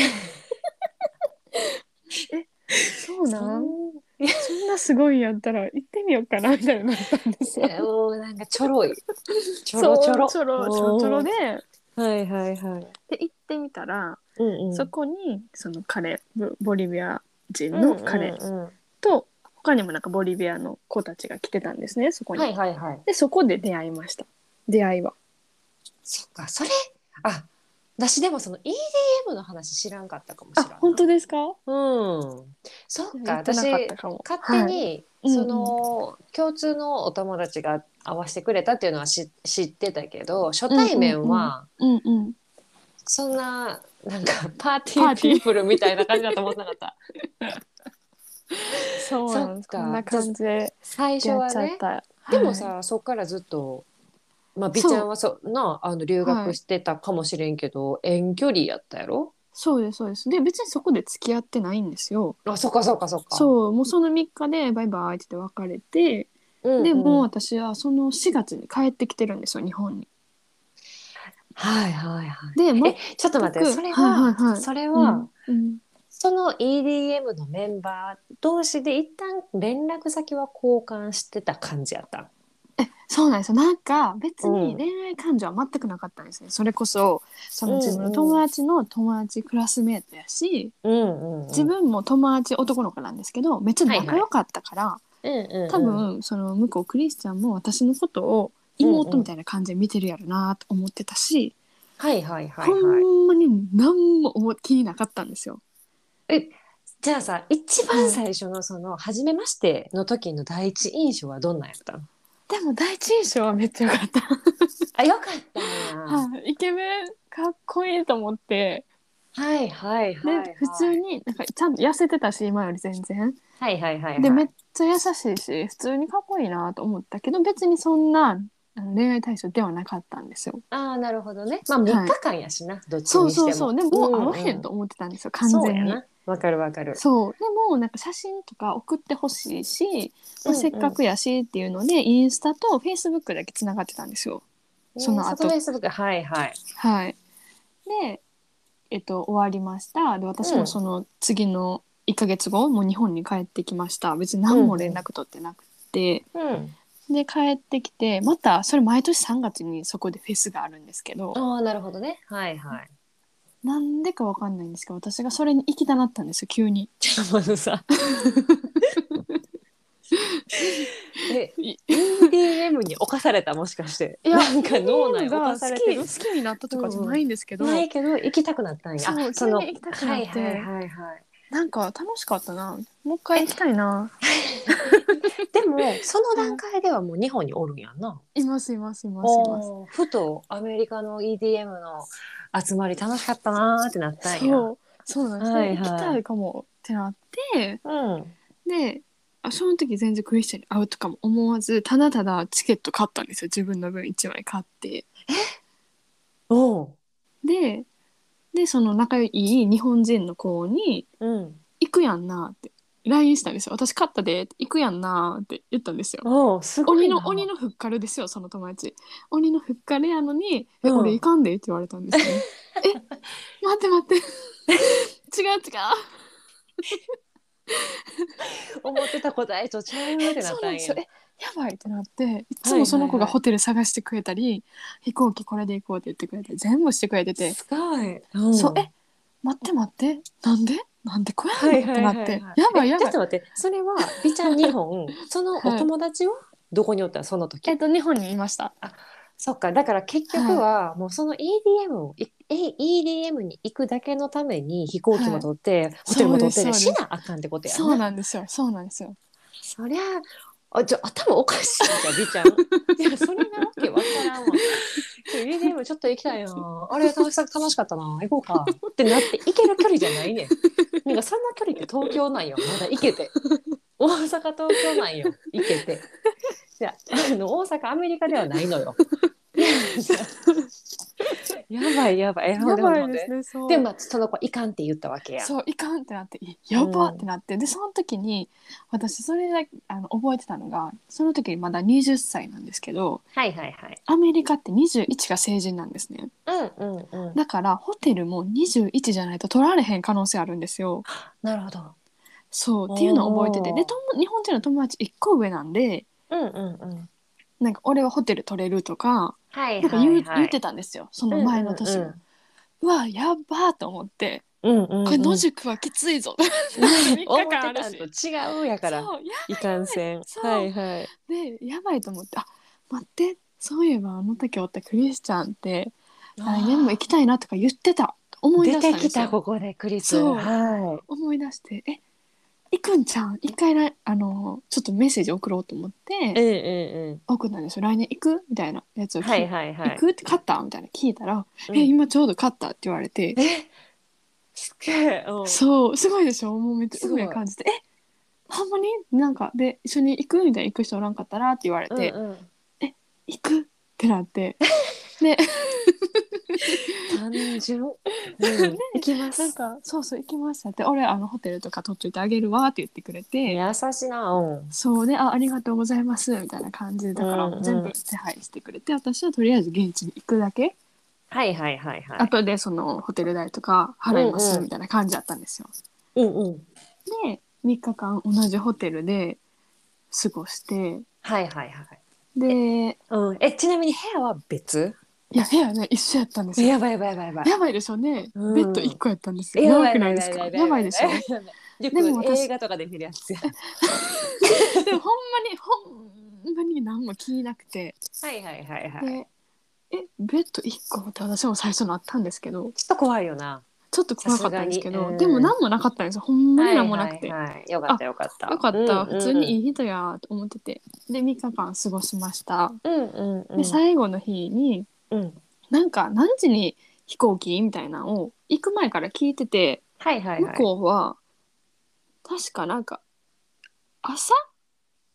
A: えそうなんん
B: ん
A: そんなすごいんやったら行ってみようかなみたいになったんです
B: せ
A: よ。
B: もうなんかちょろ い。ちょ
A: そ
B: ろ
A: う
B: ちょろ。
A: ちょろちょろちょろで
B: うん。はいはいはい。
A: で行ってみたら、
B: うんうん。
A: そこにその彼ボボリビア人の彼
B: うんうんう
A: と、他にもなんかボリビアの子たちが来てたんですねそこ
B: ん
A: に。
B: はいはいはい。
A: でそこで出会いました出会いは。
B: そっか、それ。あ。私でもその EDM の話知らんかったかもしれ
A: あ
B: ない。
A: 本当ですか
B: うん。そっか、
A: 言って
B: 私
A: なかった
B: 勝
A: かも
B: 手
A: はい
B: に、
A: うんうん
B: その共通のお友達が合わせてくれたっていうのはし知ってたけど、初対面は
A: うんうん、
B: そんななんかパーテ
A: パ
B: ィ
A: ー
B: ー
A: ティ
B: ピ
A: ー
B: ープルみたいな感じだと思ってな かった。
A: そうなんです
B: そっか
A: こんな感じで
B: 最初
A: や
B: は
A: っちゃっ
B: ね。
A: た、
B: でも
A: はい
B: さ、そっからずっと。まあ、美ちゃんはそなあの留学してたかもしれんけど、遠距離やったやろ
A: そうですそうですで別にそこで付き合ってないんですよ
B: あそっかそっかそっか
A: そうもうその3日でバイバイって言って別れて、
B: うんうん
A: でもう私はその4月に帰ってきてるんですよ日本に
B: はいはいはい
A: でも
B: えちょっと待ってそれは,、
A: はいはいはい
B: それは、
A: うんうん
B: その EDM のメンバー同士で一旦連絡先は交換してた感じやった。
A: そうなんですよなんか別
B: う
A: に
B: ん
A: 恋愛感情は全くなかったんですね、それこそその自分の友達の友達クラスメートやし、
B: うんうん、
A: 自分も友達男の子なんですけどめっちゃ仲良かったから、
B: うんうんうん、
A: 多分その向こうクリスチャンも私のことを妹みたいな感じで見てるやろなと思ってたし、
B: はいはいはいはい。
A: ほんまに何も思い気になかったんですよ。
B: じゃあさ一番最初のその初めましての時の第一印象はどんなんやったの
A: でも第一印象はめっちゃ良かった。
B: あよかったんや
A: はいイケメンかっこいいと思って、
B: はいはい
A: で、
B: はいはい。
A: 普通になんかちゃんと痩せてたし今より全然。
B: はいはいはいはい。
A: でめっちゃ優しいし普通にかっこいいなと思ったけど別にそんなあの恋愛対象ではなかったんですよ。
B: ああなるほどね。まあ
A: はい
B: 三日間やしな、どっちにして
A: そ
B: も。
A: うそうそうでももう合わへんと
B: う
A: 思ってたんですよ、
B: んうん
A: 完全に
B: そうや。な。わかるわかる。
A: そうでもなんか写真とか送ってほしいし、まあ、
B: うんうん
A: せっかくやしっていうので、インスタとフェイスブックだけつながってたんですよ。その後
B: ね説明するからはいはい。
A: はい、で、えっと、終わりましたで私
B: う
A: も
B: ん
A: その次の1ヶ月後、もう日本に帰ってきました別に何も連絡取ってなくて、
B: うん。
A: で帰ってきてまたそれ毎年3月にそこでフェスがあるんですけど
B: ああなるほどね。はいはい。
A: なんでかわかんないんですけど私がそれに行きたなったんですよ急に。
B: ちょっと待ってさ。え、
A: い
B: EDM に侵されたもしかして。
A: いや
B: なんか脳内に
A: が
B: 侵
A: 好
B: され
A: き
B: てる
A: 好。きになったとかじゃないんですけど、
B: ないけど行きたくなったんや。
A: そう
B: あその
A: 急に行きたくなって
B: はいはいはいはい。
A: なんか楽しかったな。もう一回行きたいな。
B: でもその段階ではもう日本におるんやんな。
A: いますいますいますいます。
B: おーふとアメリカの EDM の集まり楽しかったなーってなったんや。
A: そう、そうなんですね。
B: はいはい
A: 行きたいかもってなって、
B: うん。
A: で、あその時全然クリスチャンに会うとかも思わず、ただただチケット買ったんですよ。自分の分一枚買って。
B: おう。
A: で、で、その仲良い日本人の子に、
B: うん。
A: 行くやんなって、LINE したんですよ。私買ったで、行くやんなって言ったんですよ。
B: おうすごい
A: 鬼
B: な。
A: の鬼のふっかるですよその友達鬼のふっかるやのに「え、
B: うん
A: 俺いかんで」って言われたんです よ、ね、え待って待って違う違う
B: 思ってた答えとちゃうってな
A: そ
B: っ
A: う
B: た
A: なん
B: ん
A: で
B: や。
A: すよえやばいってなっていつもその子
B: はいはいは
A: が
B: い
A: ホテル探してくれたり、飛行機これで行こうって言ってくれて全部してくれてて、
B: すごい。うん
A: そうえ待って待ってなんでなんでこう
B: は
A: や
B: い
A: んの
B: は
A: っ
B: い
A: てな
B: は
A: っ
B: いはい
A: てやばい
B: え
A: や
B: ちょ
A: ば
B: っ
A: い
B: と待って、それは美ちゃん 日本、そのお友達はどこにおったのその時。
A: っと日本にいました
B: そっか、だから結局はもうその EDM をいえ EDM に行くだけのために飛行機も取って、ホテルも取っ
A: そう
B: て
A: です
B: しなあかんってことや
A: そうなんですよそうなんですよ
B: そりゃあじゃあ頭おかしいじゃん美ちゃん。 いやそれなわけわからんわ。ちょ EDM ちょっと行きたいな。あれ楽しか楽しかったな。行こうか。ってなって行ける距離じゃないねん。なんかそんな距離って東京なんよ。まだ行けて。大阪東京なんよ。行けて。いやあの大阪アメリカではないのよ。 やばいやばい。え
A: やばいですねそう
B: でもまあその子いかんって言ったわけや。
A: そういかんってなってえやば
B: うん
A: ってなって、でその時に私それだけあの覚えてたのがその時にまだ20歳なんですけど
B: はいはいはい。
A: アメリカって21が成人なんですね
B: うんうんうん。
A: だからホテルも21じゃないと取られへん可能性あるんですよ
B: なるほど。
A: そうっていうのを覚えてて
B: おー
A: でとも日本人の友達1個上なんで
B: うんうんうん。
A: なんか俺はホテル取れるとか
B: はい
A: なんか
B: はい、
A: 言う,、
B: はい。
A: 言ってたんですよその前の年も、うわやばーと思って
B: うんうんうん。うんうんうん
A: これ野宿はきついぞ 3日
B: 思って
A: 間ある
B: たん
A: し
B: と違うやから。
A: そうや
B: いかんせん。
A: そう
B: はいはい。
A: でやばいと思ってあ待ってそういえばあの時おったクリスチャンって来年も行きたいなとか言ってたと思い出
B: 出
A: した
B: て
A: んで
B: き
A: す
B: た
A: よ
B: ここでクリス。
A: そう
B: は
A: 思い出してえ行くんちゃん一回らあのちょっとメッセージ送ろうと思っ
B: い。うん
A: て
B: う
A: 送ったんですよ来年行くみたいなやつを
B: んう
A: 聞
B: ん。はいはいは
A: 行
B: い。
A: くって勝ったみたいな聞いたら、
B: うん
A: え今ちょうど勝ったって言われて、
B: えすげえ。うん
A: そうすごいでしょもうめっちゃ
B: すごい
A: 運命感じてえほんまになんかで一緒に行くみたいな行く人おらんかったらって言われて、
B: うんうん
A: 行くってなってで
B: 単純。うん行きま
A: なん
B: す。
A: か「そうそう行きました」って「俺あのホテルとか取っといてあげるわ」って言ってくれて、
B: 優しいな。うん。
A: そうで「あありがとうございます」みたいな感じでだか
B: うんう
A: ら
B: ん
A: 全部手配してくれて、私はとりあえず現地に行くだけ、
B: はいはいはいはい。
A: 後でそのホテル代とか払いま
B: うん
A: す
B: うん
A: みたいな感じだったんですよ。
B: うんうん。
A: で3日間同じホテルで過ごして
B: はいはいはい。
A: で
B: うん。えちなみに部屋は別？
A: いや部屋ね一緒やったんですよ。
B: やばいやばいやばいやばい。
A: やばいでしょうね、
B: うん
A: ベッド1個やったんですよ。
B: や
A: や
B: ば
A: ば
B: い
A: く
B: やば
A: ないいです
B: やばい
A: か
B: やばい
A: やばいでしょ
B: よ
A: でも
B: く
A: 私
B: 映画とかで見るや つや。
A: でもほんまにほんまに何も気なくて
B: はいはいはいはい。
A: でえベッド1個って私も最初なったんですけど
B: ちょっと怖いよな。
A: ちょっと怖かったんですけ
B: さすが
A: ど、
B: にうん
A: でも何もなかったんですよほんまに何もなくて、
B: はいはいはいよかったよかった。
A: よかった、普通に
B: い。
A: いい人やと思っててで3日間過ごしました
B: うんうんうん。
A: で最後の日に
B: うん。
A: なんか何時に飛行機みたいなのを行く前から聞いてて
B: はいはい
A: 向
B: はい。
A: こうは確かなんか朝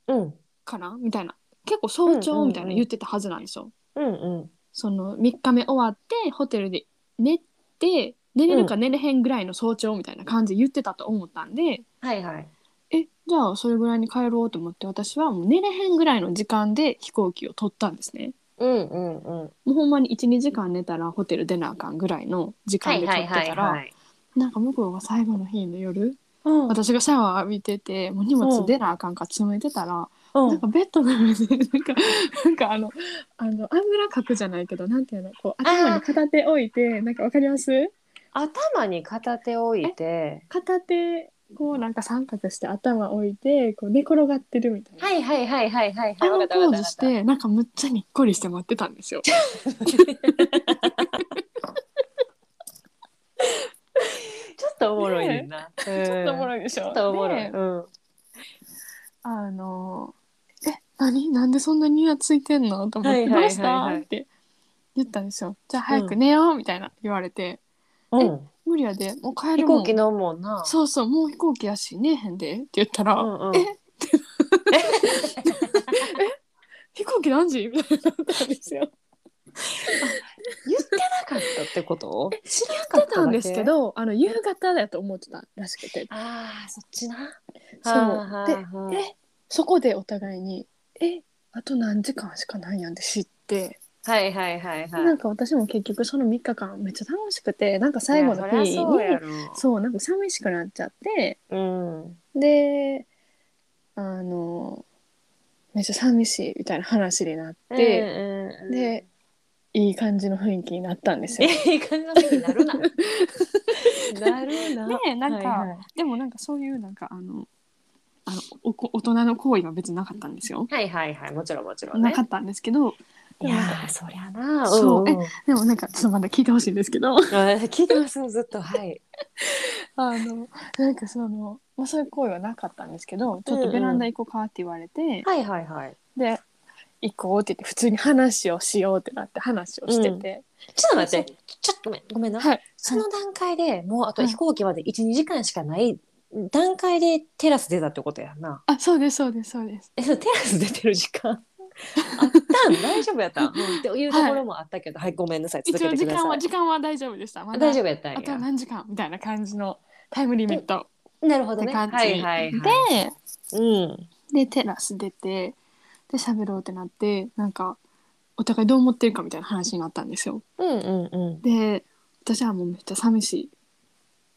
B: うん
A: かなみたいな結構早
B: うんうんう
A: 朝
B: ん
A: みたいな言ってたはずなんですよ、
B: うんうん。
A: その3日目終わってホテルで寝て寝れるか寝れへんぐらいの早朝みたいな感じで言ってたと思ったんで、
B: はいはい。
A: えじゃあそれぐらいに帰ろうと思って私はもう寝れへんぐらいの時間で飛行機を取ったんですね。
B: うんうんうん。
A: もうほんまに12時間寝たらホテル出なあかんぐらいの時間で取ってたら
B: い。
A: なんか向こうが最後の日の夜
B: うん。
A: 私がシャワー浴びててもう荷物出なあかんから詰めてたら、な
B: う
A: ん
B: ん
A: かベッドの上でなんか なんかあのあのあぐらかくじゃないけどなんていうのこう頭に片手置いてなんかわかります
B: 頭に片手置いて。
A: 片手こうなんか三角して頭置いてこう寝転がってるみたいな、
B: はいはいはいはいはい
A: あ
B: はい。わか
A: の
B: ったわ
A: ポ
B: か
A: ーズ
B: ったわかっ。
A: したてなんかむっちゃにっこりして待ってたんですよ。
B: ちょっととおもろいねんな。ち
A: ちょっとおも
B: い。
A: ろいでしょ。
B: ちょっとおもろい。
A: で
B: うん。
A: あの「え何なんでそんなにニヤついてんの?」と思って「
B: はいはい
A: ど
B: はいはい
A: うした?」って言ったんですよ。じゃあ早く寝よう、みたいな言われて
B: うん
A: 「無理やでもう帰
B: 飛
A: るもん
B: 行機乗るもんな。
A: そうそうもう飛行機やし寝えへんで」って言ったら「
B: うんうん
A: え飛行機何時?」みたいになったんですよ。
B: 言ってなかったってこと知らな
A: 言
B: か
A: ってたんですけ。どあの夕方だと思ってたらしくて
B: ああ、そっちな。
A: そうで
B: で、
A: えそこでお互いに「えあと何時間しかないやん」って知って、
B: はいはいはいはい。
A: なんか私も結局その3日間めっちゃ楽しくてなんか最後の日
B: い
A: に
B: やそりゃそうやろ
A: そうなんか寂しくなっちゃって
B: うん。
A: であのめっちゃ寂しいみたいな話になって、
B: うんうんうん、
A: でいい感じの雰囲気になったんですよ。
B: え、いい感じの時にな るな。なるな。
A: でなんか、
B: はいはい
A: でもなんかそういうなんかあのあのおこ大人の行為は別になかったんですよ。
B: はいはいはい、もちろんもちろん
A: な
B: ね
A: か。ったんですけど
B: いやー、そりゃな。
A: そうん
B: ん
A: でもなんかちょっとまだ聞いてほしいんですけど
B: あ聞いてますよずっと。はい。
A: あのなんかその、まあ、そういう行為はなかったんですけどちょっとベランダ行こうかって言われて、
B: はいはいはい。
A: で行こうって言って普通に話をしようってなって話をしてて、
B: ちょっと待って。ちょっとごめん、ごめんな。
A: はい
B: その段階でもうあと
A: はい
B: 飛行機まで1、2時間しかない段階でテラス出たってことやんな。
A: あそうですそうですそうです。
B: え、そのテラス出てる 時間あったん大丈夫やったんっていうところもあったけど、はい、ごめんなさい。続
A: 一
B: け
A: 応
B: て
A: 時
B: くだ
A: 間
B: さ。
A: はい時間は大丈夫でした。まだ
B: 大丈夫やったん
A: あと
B: や。
A: 何時間みたいな感じのタイムリミット
B: なるほ
A: っ
B: ど
A: て
B: ね。
A: 感じ、
B: はいはいはい。
A: で
B: うん。
A: でテラス出てで喋ろうってなってなんかお互いどう思ってるかみたいな話になったんですよ。
B: うんうん
A: で私はもうめっちゃ寂し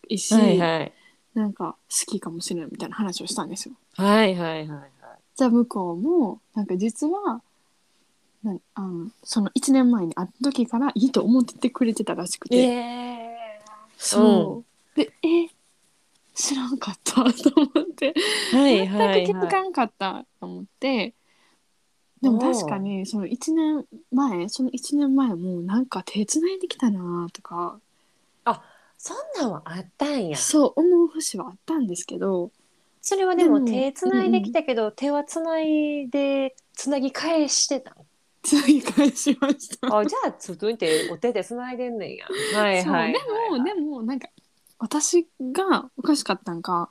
A: いし、
B: うん。はいはい。
A: なんか好きかもしれないみたいな話をしたんですよ。
B: はいはいはいはい。
A: じゃあ向こうもなんか実はなあのその1年前に会った時からいいと思っててくれてたらしくて、
B: ええ
A: そう、でえ知らんかったと思って
B: ー。はい
A: 全く
B: はい
A: 気づ
B: はい。
A: かんかったと思って、でも確かにその1年前その1年前もなんか手つないできたなとか
B: そんなんはあったんや。
A: そう思う節はあったんですけど
B: それはでも
A: でも
B: 手つないできたけど、手はつないでつなぎ返してたの
A: つなぎ返しました。
B: あじゃあ普通に手お手でつないでんねんや。はい
A: そう
B: はい
A: で
B: はい、
A: もでもなんか私がおかしかったんか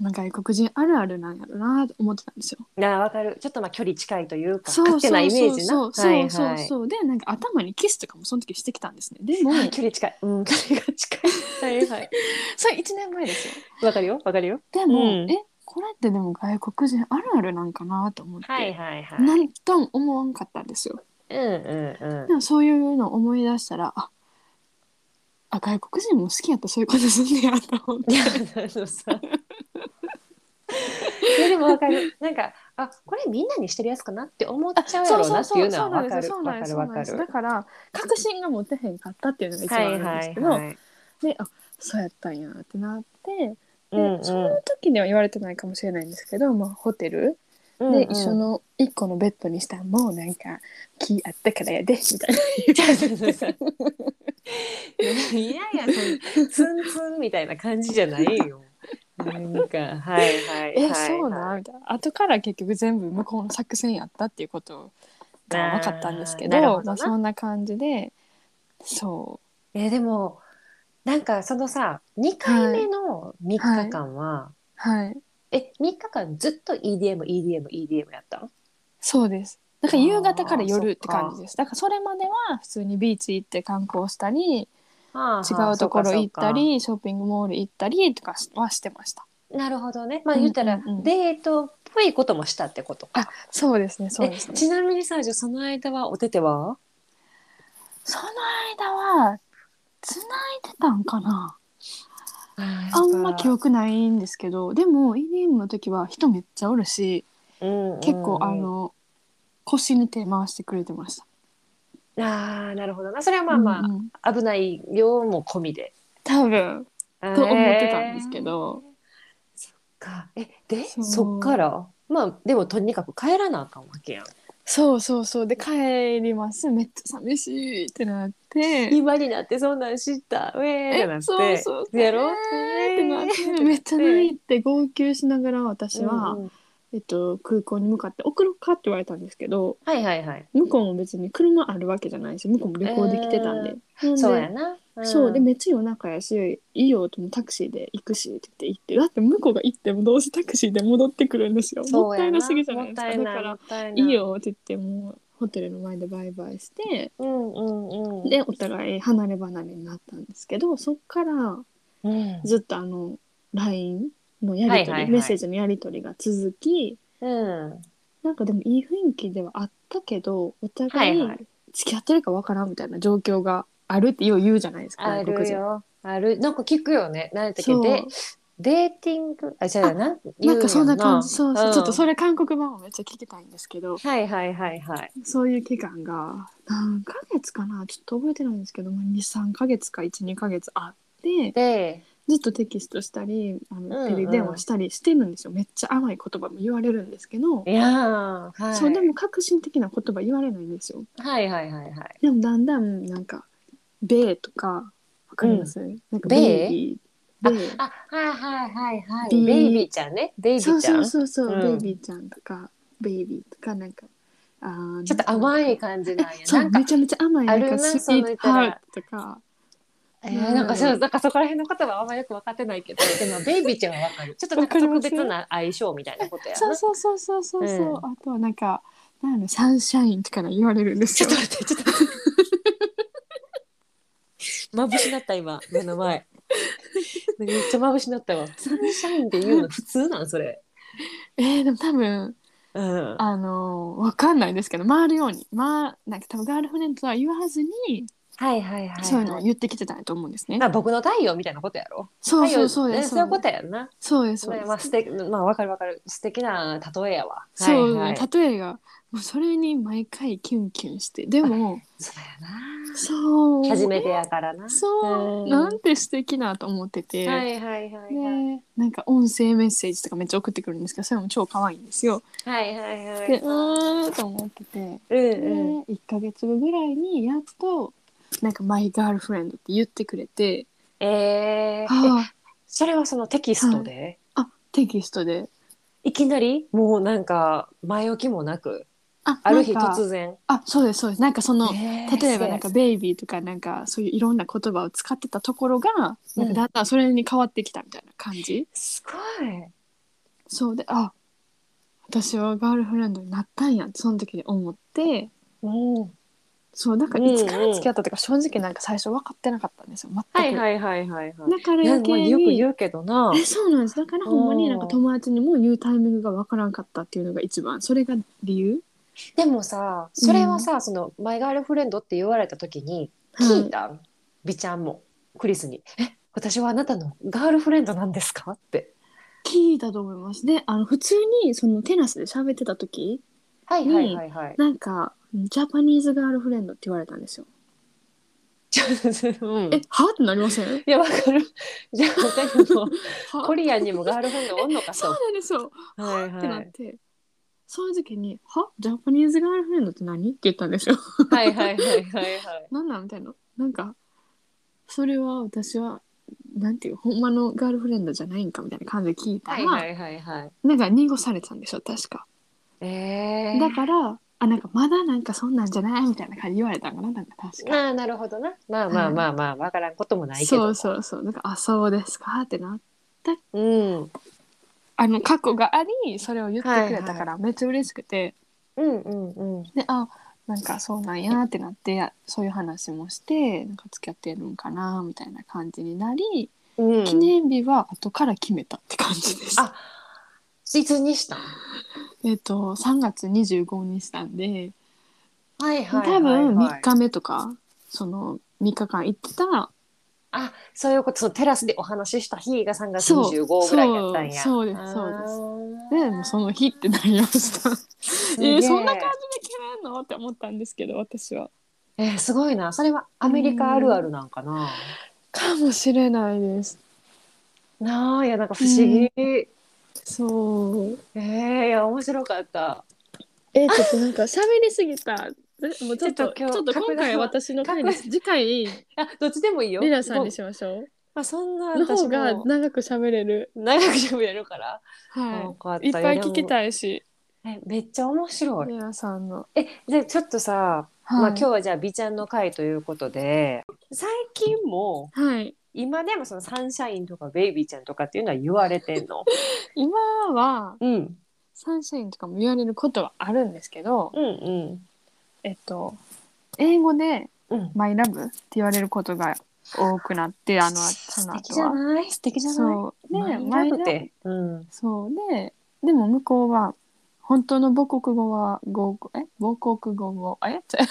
A: なんか外国人あるあるなんやろなと思ってたんですよ。
B: なあわかるちょっとまあ距離近いというか
A: そう
B: 勝
A: そ
B: 手
A: う
B: なイメ
A: そ
B: ー
A: う
B: ジな。
A: そうそうそ
B: は
A: う
B: いはい
A: そうでなんか頭にキスとかもその時してきたんですね。でも
B: あ距離近い。うん距離が近い。はいはい。
A: それ1年前ですよ。
B: わかるよわかるよ。
A: でも、
B: うん
A: えこれってでも外国人あるあるなんかなと思って、
B: はいはいはい。
A: 何とも思わんかったんですよ。
B: うんうんうん
A: で。もそういうのを思い出したらああ外国人も好きやったそういうことすんねやと思って。
B: いやあのさ いやでもわかるなんかあこれみんなにしてるやつかなって思っちゃうやろうなっていうのはわかる
A: そう
B: わ
A: なん
B: か
A: です
B: る
A: そう
B: わ
A: なん
B: か
A: ですそうなんですだ
B: る。
A: から確信が持てへんかったっていうのが一番あるんですけど、
B: い。
A: であそうやったんやってなってで、
B: うんうん
A: その時には言われてないかもしれないんですけど、まあ、ホテル
B: うんうん
A: で一緒の一個のベッドにしたらもうなんか気あったからやでみたいな
B: いやいやそのツンツンみたいな感じじゃないよ。なんかはいはいはい、
A: え、そうなんみたいな後から結局全部向こうの作戦やったっていうことが分かったんですけど
B: あーなるほどな
A: まあ、そんな感じでそ
B: えでもなんかそのさ2回目の3日間は、
A: うはい
B: え3日間ずっと EDM EDM EDM やったん
A: そうですだから夕方から夜って
B: あー
A: 感じですだからそれまでは普通にビーチ行って観光したり
B: あ
A: 違うところ行ったりショッピングモール行ったりとかはしてました
B: なるほどね。まあ言ったら
A: うんうんうん
B: デートっぽいこともしたってことか。
A: そうですねそう
B: え
A: ですね
B: ちなみにさじゃあその間はお手手は
A: その間は繋いでたんかなあんま記憶ないんですけどでも EDM の時は人めっちゃおるし結構あの腰に手回してくれてました
B: ああなるほどなそれはまあま
A: うんうん
B: あ危ない量も込みで。
A: 多分
B: と
A: と思ってたんですけ。ど
B: かえで
A: そう
B: そっからまあでもとにかく帰らなあかんわけやん。
A: そうそうそうで帰りますめっちゃ寂しいってなって
B: 今になってそんなん知ったウェーってなって
A: そうそうそう
B: やろ
A: えーってなってめっちゃ泣いて号泣しながら私は、
B: うんうん
A: えっと、空港に向かって送ろうかって言われたんですけど
B: はいはいはい
A: 向こうも別に車あるわけじゃないし向こうも旅行できてたんで、なんで
B: そうやな、ん
A: そうでめっちゃ夜中やしいいよともタクシーで行くしって言って行ってだって向こうが行ってもどうせタクシーで戻ってくるんですよも
B: そ
A: っ
B: う
A: た
B: や
A: いなすぎじゃないですか
B: もった
A: だ
B: いな
A: か
B: いも
A: ら
B: ったいない
A: いよって言ってもうホテルの前でバイバイして
B: うんうんうん
A: でお互い離れ離れになったんですけどそっから
B: うん
A: ずっとあの LINE のやり取り、
B: はいはいはい
A: メッセージのやり取りが続き
B: うん
A: なんかでもいい雰囲気ではあったけどお互い
B: はいはい
A: 付き合ってるかわからんみたいな状況があるってよう言うじゃないですか
B: あ
A: 外国
B: る
A: 人
B: よあるなんか聞くよね何やったっけ
A: そう
B: でデーティングあじゃあなん
A: なんかそんな感じそうそう、ちょっとそ
B: れ
A: れ韓国版もめっちゃ聞きたいんですけど
B: はいはいはいはい
A: そういう期間が何ヶ月かなちょっと覚えてないんですけど23ヶ月か12ヶ月あって
B: で
A: ずっとテキストしたりあの、
B: うんうん
A: テレビ電話したりしてるんですよめっちゃ甘い言葉も言われるんですけど、
B: いやーはい
A: そうでも革新的な言葉言われないんですよ。
B: はいはいはいはい
A: でもだんだんなんか「米」とかわかります、なんか
B: 米
A: ベイビーベイ
B: あはいはいはいは
A: ビ
B: い
A: ー
B: ベイビーちゃんねベイビ
A: そ
B: ー
A: う
B: ちゃ
A: そ
B: ん
A: うそうそう、
B: うん
A: ベイビーちゃんとかベイビーとかなんかあー
B: ちょっと
A: い
B: 甘い感じなんや
A: そ
B: な
A: うん
B: か
A: めちゃめちゃ甘い
B: あるな
A: か
B: その
A: ー
B: 言
A: ト
B: ったら
A: ハートとか
B: えーなんかそうなんかそこら辺の言葉はあんまよく分かってないけどでもベイビーちゃんは分かるちょっとなんか特別な相性みたいなことや
A: そう
B: な
A: そうそうそうそうそう、
B: うん
A: あとはなんかなんやろサンシャインとか言われるんです
B: ちょ
A: よ
B: っと待ってちょっと待って眩しなった今目の前 めっちゃ眩しなったわサンシャインって言うの普通なんそれ
A: えー、でも多分
B: うん
A: あのーわかんないんですけど回るようにまあなんか多分ガールフレンドとは言わずに
B: はいはいはい
A: そういうのを言ってきてたんやと思うんですね、
B: まあ僕の太陽みたいなことやろ
A: そうそうそう
B: 太陽
A: で
B: ね
A: す
B: そういうことやんな
A: そうです
B: そ
A: そう
B: れ
A: で
B: は
A: す
B: まあ素敵まあわかるわかる素敵な例えやわ
A: そう、
B: はいはい、
A: 例えがもうそれに毎回キュンキュンしてでも
B: そうやな
A: そう
B: 初めてやからな
A: そう、
B: うん
A: なんて素敵なと思ってて、
B: はいはいはいはい。
A: でなんか音声メッセージとかめっちゃ送ってくるんですけどそれも超可愛いんですよ。
B: はいはいはい。
A: でうーんと思ってて、
B: うん
A: で
B: うん。
A: 1ヶ月後ぐらいにやっと「なんかマイガールフレンド」って言ってくれて、
B: えー、え
A: あ
B: それはそのテキストで、
A: ああテキストで
B: い、きなりもうなんか前置きもなく
A: あ
B: ある日
A: なんか
B: 突然。
A: あそうですそうですなんかその、
B: えー
A: 例えばなんか「ベイビー」とかなんかそういういろんな言葉を使ってたところがなん
B: うん
A: かだんだんそれに変わってきたみたいな感じ、
B: すごい。
A: そうであ私はガールフレンドになったんやってその時に思って
B: うん、
A: そうなんか
B: うんうん
A: いつから付き合ったとか正直なんか最初分かってなかったんですよ全く、
B: はいはいはいはいはい。
A: だから
B: いや
A: 余
B: まあ
A: 計
B: よく
A: に
B: 言うけどな。
A: えそうなんですだからほんまになんか友達にも言うタイミングが分からんかったっていうのが一番それが理由
B: でもさ、それはさ、そのマイガールフレンドって言われた時に聞いた、美ちゃんもクリスに。え私はあなたのガールフレンドなんですかって。
A: 聞いたと思いますであの普通にそのテラスで喋ってた時
B: はいはいはいはい。
A: なんかジャパニーズガールフレンドって言われたんですよ
B: ちょっとうん
A: えはってなりま せん
B: いや、わかる。じゃあ、他にも、コ
A: は
B: リアンにもガールフレンドおんのか
A: そう
B: と。
A: なんですよ
B: はい
A: ってな
B: は
A: っ
B: い。
A: て、そういう時に「はジャパニーズガールフレンドって何?」って言ったんですよ。
B: はいはいはいはいはい。
A: なんなんみたいな。なんかそれは私はなんていうほんまのガールフレンドじゃないんかみたいな感じで聞いた
B: は
A: ら、
B: いはいはいはい。
A: なんか濁されたんでしょ確か。
B: ええ
A: だからあなんかまだなんかそんなんじゃないみたいな感じで言われたんかななんか確か。
B: ああ、なるほどな。まあまあまあまあ、わからんこともないけ
A: そ
B: ど。
A: うそうそうなんかあそうですかってな
B: うん。
A: あの過去がありそれを言ってくれたからめっちゃ嬉しくて、
B: うんうんうん。
A: であなんかそうなんやってなってそういう話もしてなんか付き合ってるんかなみたいな感じになり、
B: うん。
A: 記念日は後から決めたって感じです。
B: あいつにしたん
A: えっ、と3月25日にしたんで、
B: はいはい
A: 多
B: はい
A: 分
B: は
A: 3
B: い。
A: 日目とかその3日間行ってた
B: あ、そういうこと、そのテラスでお話しした日が3月
A: そう
B: 25ぐらいだったんや。
A: そうそうです
B: そう
A: でもうその日ってなりました。え
B: げえ
A: ーそんな感じで決めんのって思ったんですけど私は。
B: えーすごいな。それはアメリカあるあるなんかな。
A: かもしれないです。
B: なあいやなんか不思議、
A: そう
B: えーいや面白かった
A: えちょっとなん か喋りすぎたぜもうちょっと
B: ち
A: ち
B: ょ
A: ょ
B: っ
A: っと
B: と今日
A: 今回は私の回です次回
B: あどっちでもいいよ
A: リラさんにしましょ
B: あそんな
A: うの
B: 私
A: 方
B: も
A: が長く喋れる
B: 長く喋れるから、よ
A: は
B: かった
A: いいっぱい聞き
B: い
A: たいし
B: えめっちゃ面白い
A: リラさんの
B: えでちょっとさ、まあ、今日はじゃあ美ちゃんの回ということで最近も
A: はい
B: 今でもそのサンシャインとかベイビーちゃんとかっていうのは言われてんの
A: 今は
B: うんうん
A: サンシャインとかも言われることはあるんですけど
B: うん
A: えっと英語で
B: うん
A: マイラブって言われることが多くなってあのそ
B: 素
A: の
B: 敵
A: 後
B: じゃ
A: は
B: ない素敵じゃない
A: そうで
B: マ
A: マ
B: イ
A: イラ
B: ラブ
A: ブ
B: って、うん、
A: そうででも向こうは本当の母国語は母国え母国語をえちょ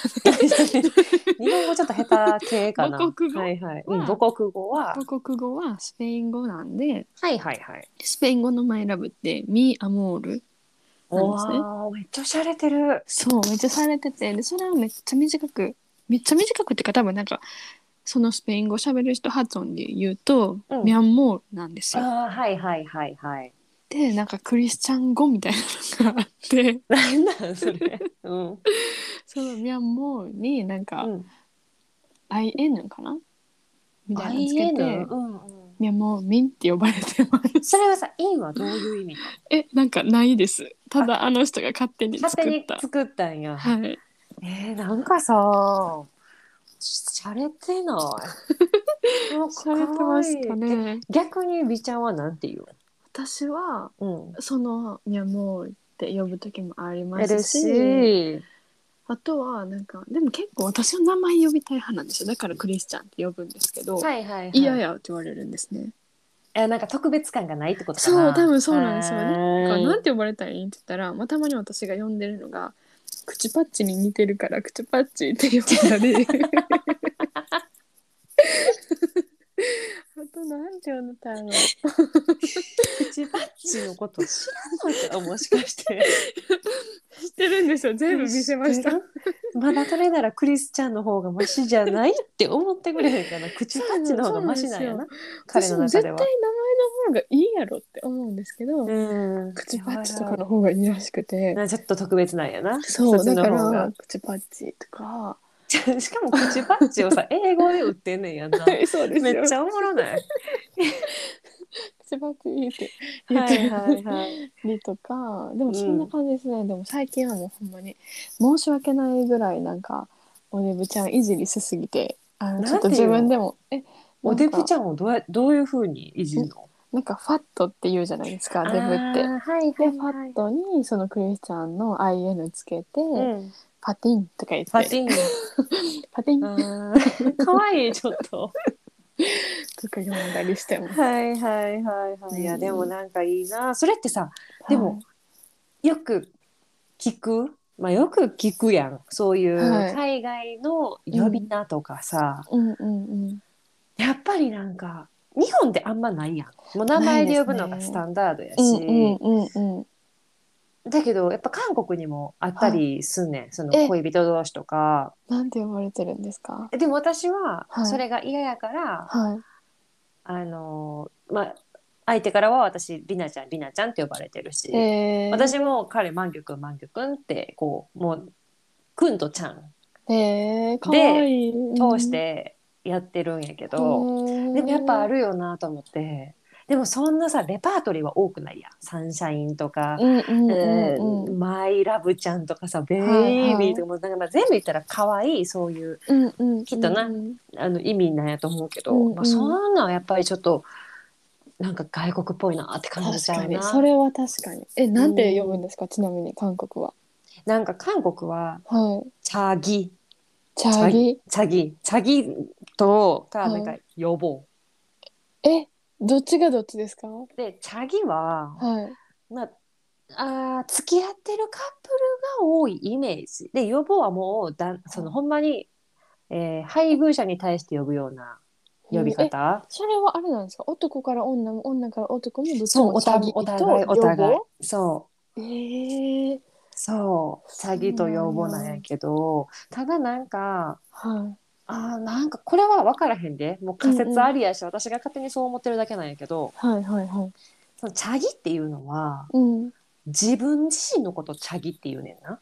B: 日本語ちょっと下手系かな
A: 母国語
B: はいはい、うん、母国語は
A: 母国語はスペイン語なんで
B: はいはいはい
A: スペイン語のマイラブってミアモールなんですね
B: おーめっちゃおしゃれてる
A: そうめっちゃされててでそれはめっちゃ短くめっちゃ短くっていうか多分なんかそのスペイン語喋る人発音で言うと、
B: うん
A: ミャンモールなんです
B: あ
A: よ。
B: あはいはいはいはい
A: でなんかクリスチャン語みたいなのがあ って
B: なんなんそれうん、うん、
A: そのミャンモールになんか、IN かなみたいなのつけ
B: IN
A: て
B: うんうん
A: ミャンモールミンって呼ばれて ます。
B: それはさ、インはどういう意味なの
A: えなんかないです。ただあの人が勝手に作
B: 勝手
A: っ
B: に
A: た。
B: 作ったんや。
A: はい。
B: えー、なんかさ、しゃれてない。でも
A: されてま した。
B: 可愛い
A: ね。
B: 逆に美ちゃんはなんて言う
A: 私は
B: の
A: そのミャンモールって呼ぶ時もあり
B: う
A: ま
B: ん。
A: す
B: 嬉
A: し。
B: しい。
A: あとはなんかでも結構私の名前呼びたい派なんですよだからクリスチャンって呼ぶんですけど
B: はいはい、は
A: 「
B: い。
A: いやや」って言われるんですね。
B: え、なんか特別感がないってことか
A: そう
B: な。
A: 多分そうなんですよね。
B: ね
A: なんて呼ばれたらいいって言ったら、まあ、たまに私が呼んでるのが「クチパッチに似てるからクチパッチ」って呼んだ りあと何て呼んでたの
B: プチパッチのこと知らないかもしかして。
A: 知ってるんですよ全部見せました
B: 知っ。てる。 まだそれならクリスチャンの方がマシじゃないって思ってくれへんかな。口パッチの方がマシなんやな。彼
A: 私
B: の
A: も
B: 中
A: 絶
B: で
A: 対名前
B: は
A: の。方がいいやろって思うんですけど、
B: うん。
A: クチパッチとかの方がいいらしくて。
B: なちょっと特別なんやな。
A: そう
B: そ
A: だ
B: っちの
A: か
B: 方
A: ら
B: が
A: 口パッチとか
B: しかも口パッチをさ、英語で売ってんねんやんな。
A: そうで
B: めっちゃおもろない。
A: 口パッチって言っ
B: は
A: て
B: いはいはい。
A: りとかでもそんな感じですね、でも最近はもうほんまに申し訳ないぐらいなんかおねぶちゃんいじりしすぎてあ
B: なん
A: の
B: て
A: ちょっと自分でもえ
B: おでぶち
A: ゃんか
B: ゃんをどうやどういうふうにいじるの
A: なんかファットって言うじゃないですかデブって。
B: あーはい
A: で
B: は
A: フ
B: い
A: ァ
B: はい
A: ッ。トにそのクリスチャンの IN つけて、
B: うん、
A: パティンとか言って
B: パティン。
A: パティン
B: あーかわいい、ちょっと。
A: とか呼んだりしてます。
B: はいはいはいはい。いや、
A: うん
B: でもなんかいいな。それってさ、でも、よく聞く、まあ、よく聞くやん。そういう
A: はい
B: 海外の呼び名とかさ、
A: はい、うんうんうん
B: やっぱりなんか、日本であんまないやん。もう名前で呼ぶのがスタンダードやし。
A: うんうんうんうん
B: だけど、やっぱ韓国にもあったりすんねん。その
A: え
B: 恋人同士とか。
A: なんて呼ばれてるんですか
B: でも私は
A: は、い
B: それが嫌やから、
A: はい
B: あのーまあ、相手からは私、りなちゃん、りなちゃんって呼ばれてるし。
A: えー、
B: 私も彼満玉満玉ってこうもうくんとちゃん
A: えー、かわいい
B: 通してやってるんやけど、でもやっぱあ、るよなと思ってでもそんなさレパートリーは多くないやんサンシャインとか
A: う、んうんうん
B: え
A: うん
B: ーマイラブちゃんとかさベイビーとかもうなんかまあ全部言ったら可愛いそういう
A: うんうん、
B: きっとな
A: うん
B: あの意味なんやと思うけど、
A: うんうん
B: まあ、そんなんはやっぱりちょっとなんか外国っぽいなって感じ
A: 確
B: ちゃ
A: か
B: う
A: に
B: な。
A: それは確かにえなんて呼ぶんですか、ちなみに韓国は
B: なんか韓国は
A: はい
B: チャギ
A: チャギ
B: チャギ、チャギとか、
A: はい
B: なんか予防。
A: えどっちがどっちですかは
B: で、チャギは、
A: い
B: まあ、あー付き合ってるカップルが多いイメージ。で、予防はもうだ、そのほんまに、えー配偶者に対して呼ぶような呼び
A: うんえ
B: 方。
A: それはあれなんですか男から女も女から男もどっち
B: そう、
A: も
B: お
A: チャ
B: た
A: ギと
B: お互い、お互い
A: 予。
B: そう。
A: 防えー、
B: そう、チャギと予防なんやけど、ただなんか、
A: はい
B: あーなんかこれは分からへんでもう仮説ありやし、私が勝手にそう思ってるだけなんやけど
A: はいはいはい
B: そのチャギっていうのは
A: うん
B: 自分自身のことをチャギって言うねんな。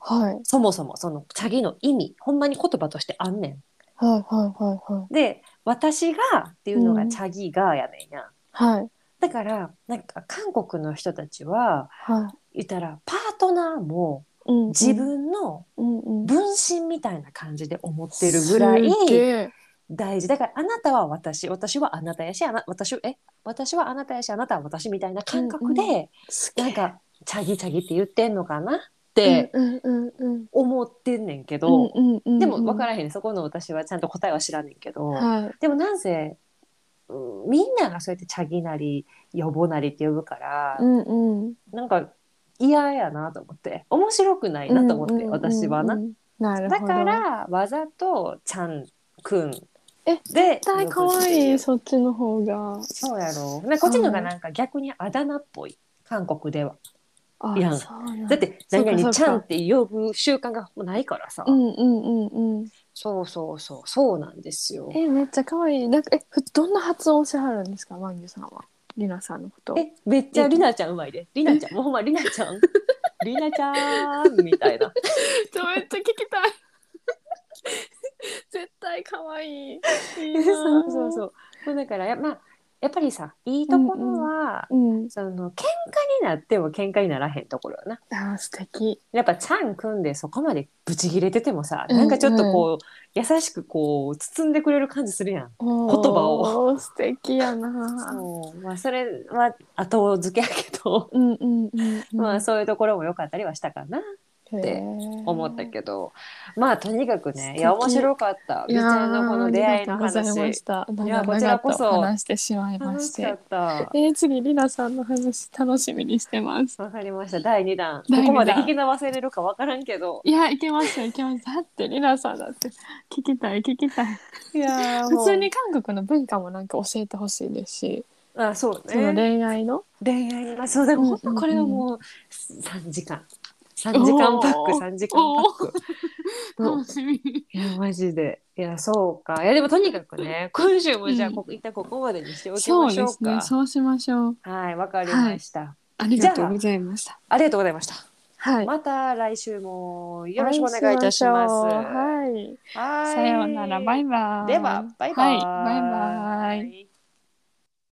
A: はい
B: そもそもその詐欺の意味ほんまに言葉としてあんね
A: はいはいはい
B: ん。で私がっていうのがチャギがやねんや、
A: はいはい
B: だからなんか韓国の人たちは
A: は
B: 言ったらパートナーも
A: い。うん
B: 自分の
A: うんうん
B: 分身みたいな感じで思ってるぐらい
A: すげえ
B: 大事だからあなたは私私はあなたやしあな私え私はあなたやしあなたは私みたいな感覚で、
A: うんすげえ
B: なんかチャギチャギって言ってんのかなって
A: うんうんうん
B: 思ってんねんけ
A: うん
B: ど、
A: うんうんうん
B: でも分からへんそこの私はちゃんと答えは知らんねんけど、
A: はい
B: でもなんせうんみんながそうやってチャギなり予防なりって呼ぶから、
A: うんうん
B: なんか嫌やなと思って面白くないなと思って、
A: うんうんうんうん
B: 私はな。
A: なる
B: だ
A: ほど
B: からわざとちゃんくん
A: え
B: で
A: 絶対可愛いそっちの方が
B: そうやろう。なこっちのがなんか逆にあだ名っぽい韓国では。
A: あ
B: いらん
A: そうなん
B: だって何
A: そう
B: 々
A: か
B: ち
A: そうか
B: ゃんって呼ぶ習慣がもうないからさ。
A: うんうんうんうん
B: そうそうそうそうなんですよ。
A: えめっちゃ可愛いなんかえふどんな発音しはるんですかマンギュさんはリナさんのこと
B: えめっちゃりなちゃんうまいで。りなちゃんもうほんまりなち ゃん。りなちゃんみたいな。
A: ちょめっちゃ聞きたい絶対可愛いい
B: そうそうそう。もうだからやまあやっぱりさいいところは、
A: うん
B: その喧嘩になっても喧嘩にならへんところよな。
A: あー素敵
B: やっぱちゃん組んでそこまでブチ切れててもさ、
A: うん
B: なんかちょっとこう優しくこう包んでくれる感じするやん。
A: 言葉
B: 葉
A: 素敵やな
B: そうまあそれは後付けやけど、
A: うんうんうんうん
B: まあそういうところも良かったりはしたかな
A: て
B: 思ったけど、まあとにかく
A: 素
B: ね
A: 敵
B: いや面白かった
A: い
B: み
A: や
B: ち
A: ー
B: ゃんのこの出会いの
A: ありがとうございま
B: 話
A: した。
B: いや
A: 長
B: こちら
A: 々
B: ことそ
A: 話してしまいま
B: 楽
A: し
B: しか
A: て
B: っ。た
A: えー、次りなさんの話楽しみにしてます。
B: わかりました第2弾
A: 第二弾
B: ここまで引き伸ばせれるかわからんけど
A: いや、いけますよ、いけます。だってりなさんだって聞きたい、聞きたい。
B: いや
A: 普通に韓国の文化もなんか教えてほしいですし、
B: あそう
A: その
B: ね
A: 恋愛の。
B: 恋愛のそうで
A: うんうんう
B: も
A: ん
B: ほんまこれはもう3時間3時間パック
A: おー
B: 3時間パックそう
A: しみ。
B: いやマジでいやそうかいやでもとにかくね今週もじゃあ
A: うん
B: ここ一旦ここまでにしておき
A: そ
B: ま
A: う
B: しょ
A: で
B: う
A: すね、
B: か
A: そうしましょう。
B: はいわかりました、
A: ありがとうございました。
B: ありがとうございました
A: はい。
B: また来週もよろしくお願いいたします。
A: お会いしましょうはい。
B: はい
A: さようなら、バイバイ。
B: では、バイバ
A: は
B: イ。
A: い、バイバイ。
B: イ。